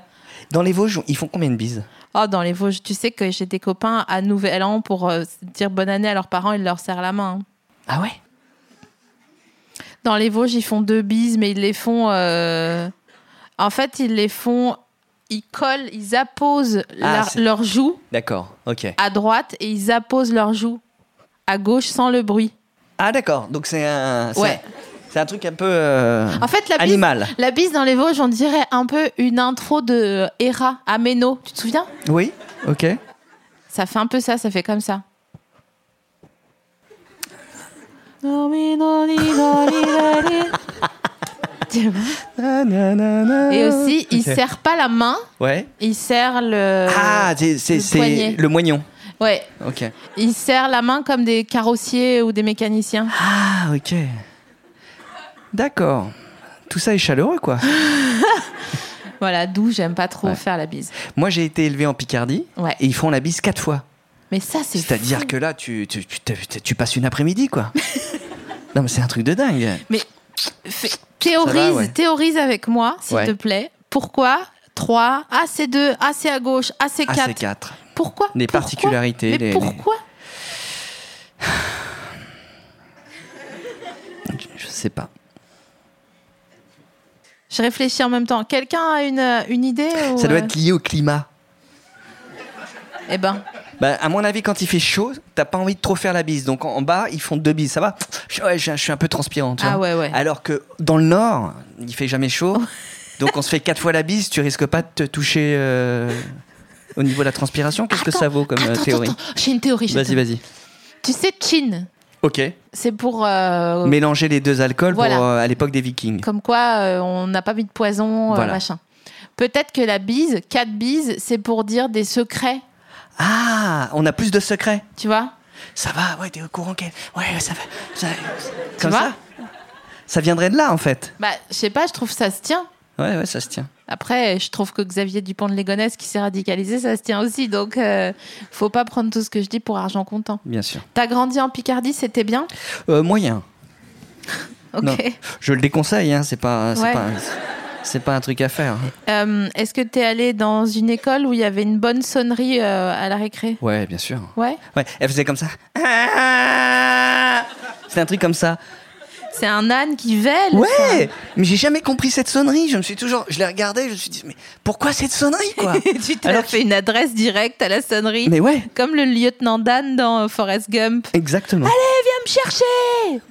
Speaker 3: Dans les Vosges, ils font combien de bises
Speaker 2: Oh, dans les Vosges, tu sais que j'ai des copains à Nouvel An pour euh, dire bonne année à leurs parents, ils leur serrent la main. hein.
Speaker 3: Ah ouais
Speaker 2: Dans les Vosges, ils font deux bises, mais ils les font. euh, En fait, ils les font. Ils collent, ils apposent
Speaker 3: Ah,
Speaker 2: leur,
Speaker 3: c'est-
Speaker 2: leur joue
Speaker 3: D'accord, ok.
Speaker 2: à droite et ils apposent leur joue à gauche sans le bruit.
Speaker 3: Ah d'accord, donc c'est un... c'est
Speaker 2: Ouais.
Speaker 3: un- C'est un truc un peu... euh,
Speaker 2: En fait, la bise,
Speaker 3: Animal.
Speaker 2: la bise dans les Vosges, on dirait un peu une intro de Hera à Meno. Tu te souviens
Speaker 3: Oui, ok.
Speaker 2: Ça fait un peu ça, ça fait comme ça. Et
Speaker 3: Na, na, na, na.
Speaker 2: aussi, il
Speaker 3: Ok.
Speaker 2: serre pas la main,
Speaker 3: Ouais.
Speaker 2: il serre le.
Speaker 3: ah, c'est- c'est
Speaker 2: le poignet.
Speaker 3: c'est le moignon.
Speaker 2: Ouais,
Speaker 3: Ok.
Speaker 2: il serre la main comme des carrossiers ou des mécaniciens.
Speaker 3: Ah, ok. D'accord. Tout ça est chaleureux, quoi.
Speaker 2: Voilà, d'où j'aime pas trop
Speaker 3: Ouais.
Speaker 2: faire la bise.
Speaker 3: Moi, j'ai été élevé en Picardie
Speaker 2: Ouais.
Speaker 3: et ils font la bise quatre fois.
Speaker 2: Mais ça, c'est.
Speaker 3: C'est-à-dire
Speaker 2: fou.
Speaker 3: que là, tu, tu, tu, tu- tu passes une après-midi, quoi. non, mais c'est un truc de dingue.
Speaker 2: Mais fais- théorise,
Speaker 3: Ça va, ouais.
Speaker 2: théorise avec moi, s'il
Speaker 3: Ouais.
Speaker 2: te plaît. Pourquoi 3, ah c'est 2, ah c'est à gauche, ah c'est
Speaker 3: Ah, c'est
Speaker 2: 4.
Speaker 3: quatre.
Speaker 2: Pourquoi
Speaker 3: Les
Speaker 2: Pourquoi
Speaker 3: particularités,
Speaker 2: Mais
Speaker 3: les- les-
Speaker 2: pourquoi
Speaker 3: Je, je sais pas.
Speaker 2: Je réfléchis en même temps. Quelqu'un a une, euh, une idée ou,
Speaker 3: Ça doit
Speaker 2: euh,
Speaker 3: être lié au climat.
Speaker 2: Eh ben,
Speaker 3: Bah, à mon avis, quand il fait chaud, t'as pas envie de trop faire la bise. Donc en, en bas, ils font deux bises. Ça va je, ouais, je- je suis un peu transpirant. tu
Speaker 2: Ah
Speaker 3: vois.
Speaker 2: ouais, ouais.
Speaker 3: Alors que dans le nord, il fait jamais chaud. Donc on se fait quatre fois la bise. Tu risques pas de te toucher euh, au niveau de la transpiration. Qu'est-ce que
Speaker 2: Attends,
Speaker 3: ça vaut comme euh,
Speaker 2: attends,
Speaker 3: théorie
Speaker 2: attends, J'ai une théorie. j'ai une
Speaker 3: Vas-y,
Speaker 2: théorie.
Speaker 3: vas-y.
Speaker 2: Tu sais, chin,
Speaker 3: Ok.
Speaker 2: c'est pour euh,
Speaker 3: Mélanger les deux alcools
Speaker 2: Voilà.
Speaker 3: pour, euh, à l'époque des Vikings.
Speaker 2: comme quoi euh, on n'a pas mis de poison, euh,
Speaker 3: Voilà.
Speaker 2: machin. Peut-être que la bise, quatre bises, c'est pour dire des secrets,
Speaker 3: Ah, on a plus de secrets.
Speaker 2: tu vois
Speaker 3: Ça va, ouais, t'es au courant qu'elle. Ouais, ça va. ça-
Speaker 2: Tu
Speaker 3: Comme
Speaker 2: vois
Speaker 3: ça Ça viendrait de là en fait.
Speaker 2: Bah, je sais pas, je trouve ça se tient.
Speaker 3: Ouais, ouais, ça se tient.
Speaker 2: Après, je trouve que Xavier Dupont de Légonesse qui s'est radicalisé, ça se tient aussi. Donc, euh, faut pas prendre tout ce que je dis pour argent comptant.
Speaker 3: Bien sûr.
Speaker 2: T'as grandi en Picardie, c'était bien
Speaker 3: Euh, moyen.
Speaker 2: Ok.
Speaker 3: Non. Je le déconseille, hein, c'est pas, c'est
Speaker 2: Ouais.
Speaker 3: pas, c'est pas un truc à faire. hein.
Speaker 2: Euh, Est-ce que t'es allé dans une école où il y avait une bonne sonnerie euh, à la récré
Speaker 3: Ouais, bien sûr.
Speaker 2: Ouais.
Speaker 3: Ouais, elle faisait comme ça. C'était un truc comme ça.
Speaker 2: C'est un âne qui vèle.
Speaker 3: Ouais, mais j'ai jamais compris cette sonnerie. Je me suis toujours, je l'ai regardée, je me suis dit, mais pourquoi cette sonnerie, quoi
Speaker 2: ça. tu t'as
Speaker 3: Alors
Speaker 2: fait une adresse directe à la sonnerie.
Speaker 3: Mais ouais,
Speaker 2: Comme le lieutenant Dan dans euh, Forrest Gump.
Speaker 3: exactement.
Speaker 2: Eh, viens me chercher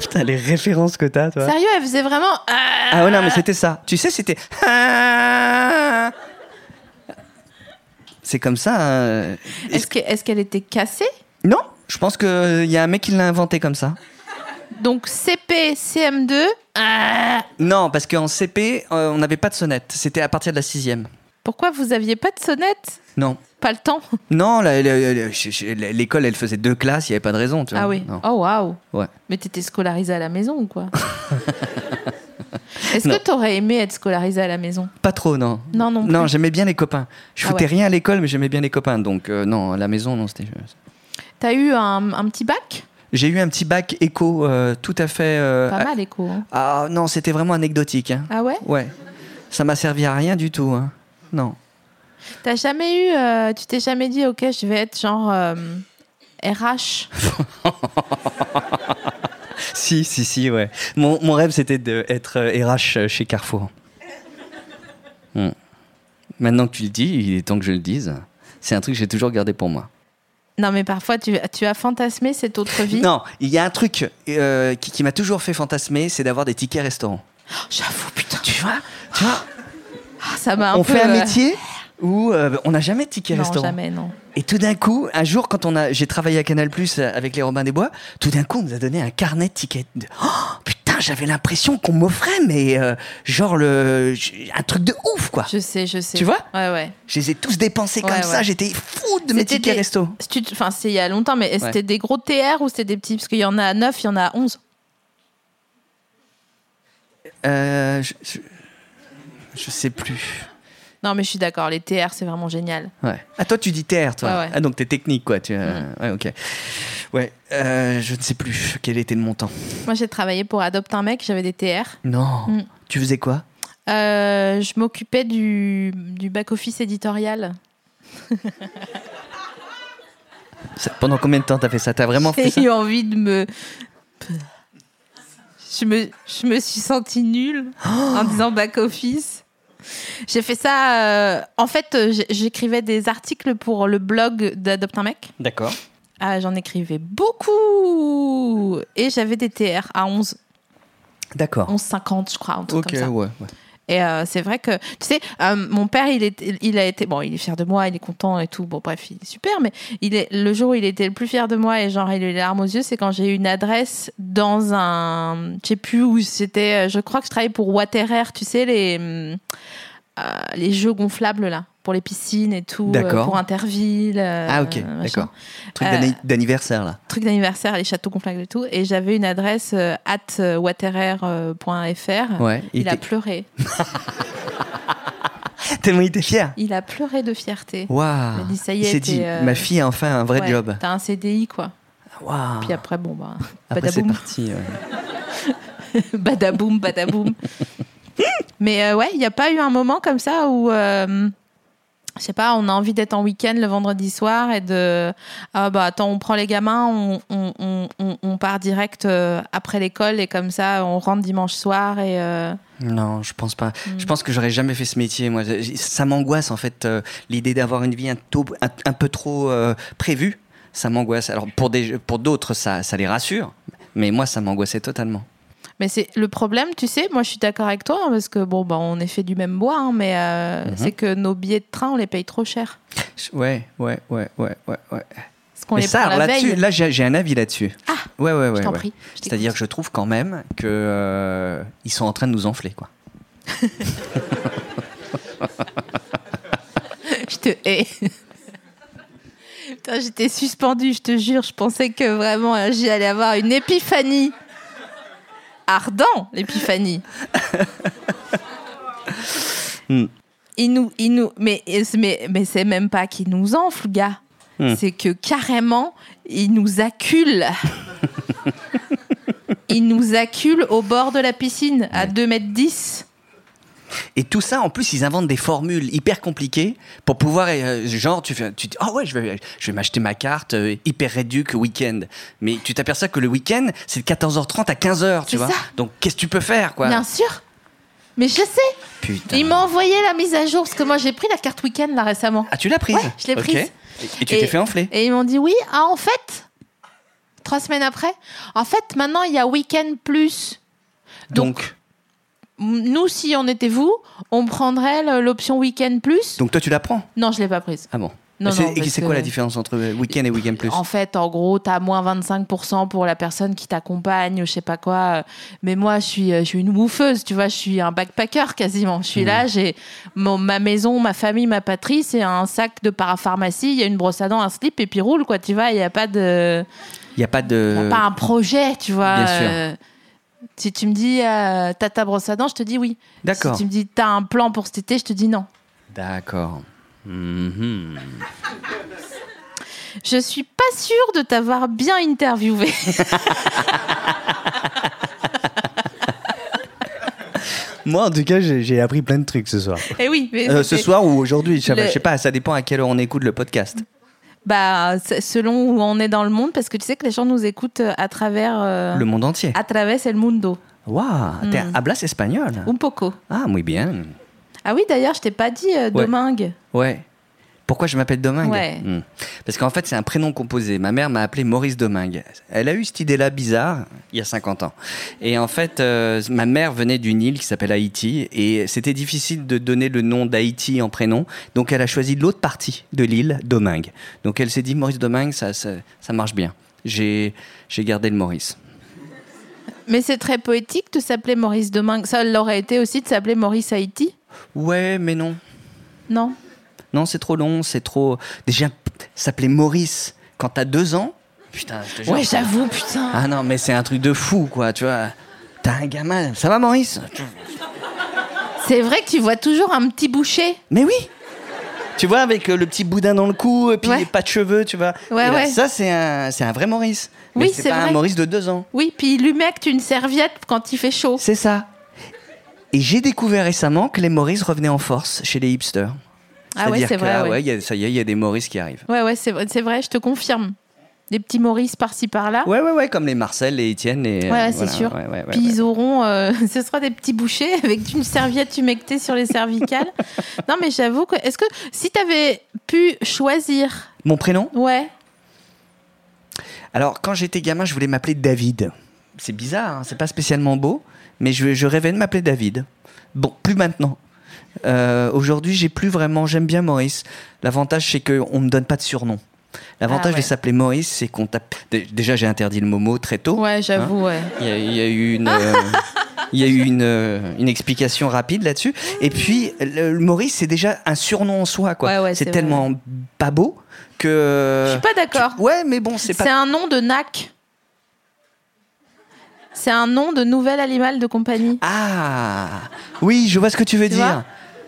Speaker 3: Putain, les références que t'as, toi.
Speaker 2: Euh. Sérieux, elle faisait vraiment.
Speaker 3: Ah ouais, non, mais c'était ça. Tu sais, c'était. C'est comme ça. euh,
Speaker 2: Est-ce que- est-ce qu'elle était cassée
Speaker 3: Non, je pense qu'il y a un mec qui l'a inventé comme ça.
Speaker 2: Donc CP, CM2. Ah.
Speaker 3: Non, parce qu'en CP, euh, on n'avait pas de sonnette. C'était à partir de la sixième.
Speaker 2: Pourquoi vous aviez pas de sonnette
Speaker 3: Non.
Speaker 2: Pas le temps.
Speaker 3: Non, la- la- la- chez- chez- l'école, elle faisait deux classes, il n'y avait pas de raison. Tu vois.
Speaker 2: Ah oui.
Speaker 3: Non.
Speaker 2: Oh waouh.
Speaker 3: Ouais.
Speaker 2: Mais t'étais scolarisée à la maison ou quoi Est-ce
Speaker 3: Non.
Speaker 2: que t'aurais aimé être scolarisée à la maison
Speaker 3: Pas trop, non.
Speaker 2: Non, non plus.
Speaker 3: Non, j'aimais bien les copains. Je
Speaker 2: Ah
Speaker 3: foutais
Speaker 2: ouais.
Speaker 3: rien à l'école, mais j'aimais bien les copains. Donc, euh, non, à la maison, non, c'était.
Speaker 2: T'as eu un, un petit bac
Speaker 3: J'ai eu un petit bac éco euh, tout à fait. euh,
Speaker 2: Pas mal, écho. hein.
Speaker 3: Ah non, c'était vraiment anecdotique. hein.
Speaker 2: Ah ouais
Speaker 3: Ouais. Ça m'a servi à rien du tout. hein. Non.
Speaker 2: T'as jamais eu. euh, tu t'es jamais dit, ok, je vais être genre. euh, RH
Speaker 3: Si, si, si, ouais. Mon, mon rêve, c'était d'être RH chez Carrefour. Hmm. Maintenant que tu le dis, il est temps que je le dise. C'est un truc que j'ai toujours gardé pour moi.
Speaker 2: Non, mais parfois, tu, tu as fantasmé cette autre vie.
Speaker 3: Non, il y a un truc euh, qui, qui m'a toujours fait fantasmer, c'est d'avoir des tickets restaurant.
Speaker 2: J'avoue, putain,
Speaker 3: Tu vois, tu vois
Speaker 2: ah, ça m'a un
Speaker 3: on
Speaker 2: peu,
Speaker 3: fait un
Speaker 2: euh,
Speaker 3: métier où euh, on n'a jamais de tickets
Speaker 2: Non,
Speaker 3: restaurant.
Speaker 2: jamais, non.
Speaker 3: Et tout d'un coup, un jour, quand on a, j'ai travaillé à Canal Plus euh, avec les Robins des Bois, tout d'un coup, on nous a donné un carnet de tickets. De... Oh, putain, j'avais l'impression qu'on m'offrait, mais euh, genre le, un truc de ouf, quoi.
Speaker 2: Je sais, je sais.
Speaker 3: Tu vois
Speaker 2: Ouais, ouais.
Speaker 3: Je les ai tous dépensés comme
Speaker 2: Ouais,
Speaker 3: ça,
Speaker 2: ouais.
Speaker 3: j'étais fou de mes
Speaker 2: C'était
Speaker 3: tickets
Speaker 2: des-
Speaker 3: resto.
Speaker 2: Tu te- Enfin, c'est il y a longtemps, mais c'était des gros TR ou c'était des petits Parce qu'il y en a 9, il y en a 11.
Speaker 3: Euh, je, je- je sais plus.
Speaker 2: Non, mais je suis d'accord, les TR, c'est vraiment génial.
Speaker 3: Ouais. Ah, toi, tu dis terre, toi.
Speaker 2: Ouais, ouais. Mm.
Speaker 3: Ah, donc t'es technique, quoi. Tu, euh, Ouais, ok. Ouais, euh, je ne sais plus quel était le montant.
Speaker 2: Moi, j'ai travaillé pour Adopte un mec, j'avais des TR.
Speaker 3: Non.
Speaker 2: Mm.
Speaker 3: Tu faisais quoi
Speaker 2: Euh, je m'occupais du, du back-office éditorial.
Speaker 3: Ça- Pendant combien de temps t'as fait ça T'as vraiment fait ça
Speaker 2: J'ai eu envie de me. Je me, je me suis sentie nulle
Speaker 3: Oh.
Speaker 2: en disant back-office. J'ai fait ça. euh, En fait, euh, j'- j'écrivais des articles pour le blog d'Adopte un mec.
Speaker 3: D'accord.
Speaker 2: Ah, j'en écrivais beaucoup Et j'avais des TR à 11,
Speaker 3: D'accord.
Speaker 2: 11,50, je crois, un truc
Speaker 3: Ok,
Speaker 2: comme
Speaker 3: ouais.
Speaker 2: ça.
Speaker 3: ouais.
Speaker 2: Et euh, c'est vrai que, tu sais, euh, mon père, il, est, il a été, bon, il est fier de moi, il est content et tout, bon, bref, il est super, mais il est, le jour où il était le plus fier de moi et genre, il a eu les larmes aux yeux, c'est quand j'ai eu une adresse dans un, je sais plus où c'était, euh, je crois que je travaillais pour Water Air, tu sais, les, hum, euh, les jeux gonflables là, pour les piscines et tout, euh,
Speaker 3: D'accord.
Speaker 2: pour Interville. euh,
Speaker 3: Ah, ok,
Speaker 2: machin
Speaker 3: d'accord. Truc
Speaker 2: Euh,
Speaker 3: d'anni- d'anniversaire, là.
Speaker 2: truc d'anniversaire, les châteaux gonflables et tout. Et j'avais une adresse euh, at euh, waterair.fr.
Speaker 3: Ouais.
Speaker 2: Il, a
Speaker 3: était-
Speaker 2: pleuré.
Speaker 3: Tellement il était fier.
Speaker 2: Il a pleuré de fierté.
Speaker 3: Waouh.
Speaker 2: Il a dit, ça y
Speaker 3: Il
Speaker 2: est,
Speaker 3: s'est
Speaker 2: t'es,
Speaker 3: dit,
Speaker 2: euh,
Speaker 3: ma fille a enfin un vrai
Speaker 2: Ouais,
Speaker 3: job.
Speaker 2: T'as un CDI, quoi.
Speaker 3: Waouh.
Speaker 2: Puis après, bon, bah,
Speaker 3: Après, c'est
Speaker 2: badaboum,
Speaker 3: parti. ouais.
Speaker 2: badaboum, badaboum. Mais euh, ouais, il n'y a pas eu un moment comme ça où, euh, je sais pas, on a envie d'être en week-end le vendredi soir et de. Ah bah attends, on prend les gamins, on, on- on- on- on part direct euh, après l'école et comme ça, on rentre dimanche soir et. euh,
Speaker 3: Non, je pense pas.
Speaker 2: Hmm.
Speaker 3: Je pense que j'aurais jamais fait ce métier. Moi, J'ai- ça m'angoisse en fait euh, l'idée d'avoir une vie un, tôt- un- un peu trop euh, prévue. Ça m'angoisse. Alors pour des, pour d'autres, ça, ça les rassure. Mais moi, ça m'angoissait totalement.
Speaker 2: Mais c'est le problème, tu sais, moi je suis d'accord avec toi, hein, parce que bon, bah, on est fait du même bois, hein, mais euh,
Speaker 3: Mhm.
Speaker 2: c'est que nos billets de train, on les paye trop cher.
Speaker 3: Je- Ouais, ouais, ouais, ouais, ouais, ouais.
Speaker 2: Parce qu'on
Speaker 3: Mais
Speaker 2: les
Speaker 3: ça,
Speaker 2: prend
Speaker 3: alors,
Speaker 2: la
Speaker 3: là-dessus,
Speaker 2: veille.
Speaker 3: là, j'ai j'ai un avis là-dessus.
Speaker 2: Ah,
Speaker 3: ouais, ouais, ouais.
Speaker 2: je t'en
Speaker 3: ouais.
Speaker 2: prie. je t'écoute.
Speaker 3: C'est-à-dire que je trouve quand même que euh, ils sont en train de nous enfler, quoi.
Speaker 2: je te hais. Putain, j'étais suspendue, je te jure. Je pensais que vraiment euh, j'y allais avoir une épiphanie. Ardent, l'épiphanie.
Speaker 3: Hmm.
Speaker 2: Il nous, il nous, mais, mais, mais c'est même pas qu'il nous enfle, gars.
Speaker 3: Hmm.
Speaker 2: C'est que carrément, il nous accule. il nous accule au bord de la piscine, à 2 mètres 10.
Speaker 3: Et tout ça, en plus, ils inventent des formules hyper compliquées pour pouvoir, euh, genre, tu fais, tu dis, ah ouais, je vais, je vais m'acheter ma carte euh, hyper réduc week-end. Mais tu t'aperçois que le week-end, c'est de 14h30 à 15h, tu
Speaker 2: C'est
Speaker 3: vois.
Speaker 2: ça.
Speaker 3: Donc, qu'est-ce que tu peux faire, quoi
Speaker 2: Bien sûr. Mais je sais.
Speaker 3: Putain.
Speaker 2: Il m'a envoyé la mise à jour parce que moi j'ai pris la carte week-end là récemment.
Speaker 3: Ah, tu l'as prise
Speaker 2: Ouais, je l'ai
Speaker 3: Ok.
Speaker 2: prise.
Speaker 3: Et, et tu t'es fait enfler.
Speaker 2: Et ils m'ont dit oui. Ah en fait, trois semaines après, en fait maintenant il y a week-end plus.
Speaker 3: Donc,
Speaker 2: Nous si on était vous, on prendrait le- l'option week-end plus.
Speaker 3: donc toi, tu la prends
Speaker 2: Non je l'ai pas prise.
Speaker 3: Ah bon
Speaker 2: Non,
Speaker 3: Et c'est-
Speaker 2: non,
Speaker 3: Et
Speaker 2: parce
Speaker 3: c'est quoi
Speaker 2: que-
Speaker 3: la différence entre euh, week-end et week-end plus
Speaker 2: En fait, en gros, t'as moins 25% pour la personne qui t'accompagne ou je sais pas quoi. Mais moi, je suis, euh, je suis une bouffeuse, tu vois, je suis un backpacker quasiment.
Speaker 3: Mmh.
Speaker 2: Je suis là, j'ai mon, ma maison, ma famille, ma patrie, c'est un sac de parapharmacie, il y a une brosse à dents, un slip et puis roule, quoi, tu vois, il n'y a pas de.
Speaker 3: Il n'y a pas
Speaker 2: il y
Speaker 3: de.
Speaker 2: a pas un projet, tu vois.
Speaker 3: Euh, bien sûr.
Speaker 2: euh, si tu me dis, euh, t'as ta brosse à dents, je te dis oui.
Speaker 3: D'accord.
Speaker 2: Si tu me dis, t'as un plan pour cet été, je te dis non.
Speaker 3: D'accord. Mhm.
Speaker 2: Je suis pas sûre de t'avoir bien interviewé.
Speaker 3: Moi, en tout cas, j'ai j'ai appris plein de trucs ce soir.
Speaker 2: Eh oui, mais
Speaker 3: Euh, ce
Speaker 2: mais-
Speaker 3: soir ou aujourd'hui, je sais pas-
Speaker 2: Le-
Speaker 3: je sais pas, ça dépend à quelle heure on écoute le podcast.
Speaker 2: Bah, c- selon où on est dans le monde, parce que tu sais que les gens nous écoutent euh, à travers. euh,
Speaker 3: Le monde entier.
Speaker 2: À travers el mundo.
Speaker 3: Waouh, t'es
Speaker 2: Mm.
Speaker 3: hablas espagnol.
Speaker 2: Un poco.
Speaker 3: Ah, muy bien.
Speaker 2: Ah oui, d'ailleurs, je t'ai pas dit
Speaker 3: Ouais.
Speaker 2: euh, Domingue.
Speaker 3: Ouais. Pourquoi je m'appelle Domingue
Speaker 2: Ouais.
Speaker 3: Hmm. Parce qu'en fait, c'est un prénom composé. Ma mère m'a appelé Maurice Domingue. Elle a eu cette idée-là bizarre il y a 50 ans. Et en fait, euh, ma mère venait d'une île qui s'appelle Haïti. Et c'était difficile de donner le nom d'Haïti en prénom. Donc, elle a choisi l'autre partie de l'île, Domingue. Donc, elle s'est dit, Maurice Domingue, ça, ça, ça marche bien. J'ai j'ai gardé le Maurice.
Speaker 2: Mais c'est très poétique de s'appeler Maurice Domingue. Ça l'aurait été aussi de s'appeler Maurice Haïti,
Speaker 3: Ouais, mais non.
Speaker 2: non
Speaker 3: Non, c'est trop long, c'est trop. Déjà, p- s'appeler Maurice quand t'as deux ans. Putain, je te jure.
Speaker 2: Ouais, j'avoue, putain.
Speaker 3: Ah non, mais c'est un truc de fou, quoi, tu vois. T'as un gamin. Ça va, Maurice
Speaker 2: C'est vrai que tu vois toujours un petit boucher.
Speaker 3: Mais oui Tu vois, avec euh, le petit boudin dans le cou, et puis
Speaker 2: Ouais.
Speaker 3: les pas de cheveux, tu vois.
Speaker 2: Ouais,
Speaker 3: Et là,
Speaker 2: ouais.
Speaker 3: Ça, c'est un, c'est un vrai Maurice. Mais
Speaker 2: Oui,
Speaker 3: c'est
Speaker 2: c'est
Speaker 3: pas un
Speaker 2: vrai.
Speaker 3: Maurice de deux ans.
Speaker 2: Oui, puis il humecte une serviette quand il fait chaud.
Speaker 3: C'est ça. Et j'ai découvert récemment que les Maurice revenaient en force chez les hipsters.
Speaker 2: Ah ouais,
Speaker 3: C'est-à-dire
Speaker 2: c'est
Speaker 3: que,
Speaker 2: vrai.
Speaker 3: ah
Speaker 2: ouais.
Speaker 3: ouais, il y a- ça y est, il y a des Maurice qui arrivent.
Speaker 2: Ouais, ouais, c'est vrai, c'est vrai, je te confirme. Des petits Maurice par-ci par-là.
Speaker 3: Ouais, ouais, ouais, comme les Marcel, les Étienne, les.
Speaker 2: Ah. Ouais,
Speaker 3: euh,
Speaker 2: ouais, c'est
Speaker 3: voilà,
Speaker 2: sûr.
Speaker 3: ouais, ouais, ouais,
Speaker 2: Puis
Speaker 3: ouais.
Speaker 2: ils auront, euh, ce sera des petits bouchers avec une serviette humectée sur les cervicales. non, mais j'avoue que, est-ce que si t'avais pu choisir,
Speaker 3: Mon prénom
Speaker 2: ouais,
Speaker 3: Alors, quand j'étais gamin, je voulais m'appeler David. C'est bizarre, hein, c'est pas spécialement beau, mais je, je rêvais de m'appeler David. Bon, plus maintenant. Euh, Aujourd'hui, j'ai plus vraiment. J'aime bien Maurice. L'avantage, c'est qu'on me donne pas de surnom. L'avantage
Speaker 2: Ah
Speaker 3: de
Speaker 2: ouais.
Speaker 3: s'appeler Maurice, c'est qu'on tape. Dé- Déjà, j'ai interdit le Momo très tôt.
Speaker 2: ouais, j'avoue, ouais.
Speaker 3: Il y, a- il y a eu une. euh, Il y a eu une, euh, une explication rapide là-dessus. Et puis, le, le Maurice, c'est déjà un surnom en soi. quoi.
Speaker 2: Ouais, ouais,
Speaker 3: c'est
Speaker 2: c'est
Speaker 3: tellement pas beau que.
Speaker 2: Je suis pas d'accord.
Speaker 3: Tu- Ouais, mais bon, c'est
Speaker 2: C'est
Speaker 3: pas
Speaker 2: un nom de NAC. C'est un nom de nouvel animal de compagnie.
Speaker 3: Ah Oui, je vois ce que tu veux
Speaker 2: Tu
Speaker 3: dire.
Speaker 2: vois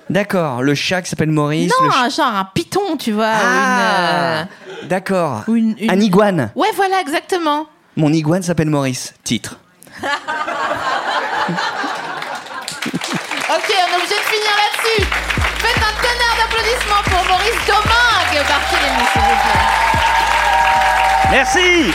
Speaker 3: D'accord, le chat qui s'appelle Maurice.
Speaker 2: non,
Speaker 3: le ch-
Speaker 2: un genre un python, tu vois.
Speaker 3: Ah
Speaker 2: ou
Speaker 3: D'accord.
Speaker 2: ou une- une-
Speaker 3: Un iguane.
Speaker 2: une, euh, Ouais, voilà, exactement.
Speaker 3: Mon iguane s'appelle Maurice. Titre.
Speaker 2: Ok, on est obligé de finir là-dessus. Faites un tonnerre d'applaudissements pour Maurice Domingue, Barthélémy, s'il vous
Speaker 3: Merci
Speaker 2: plaît.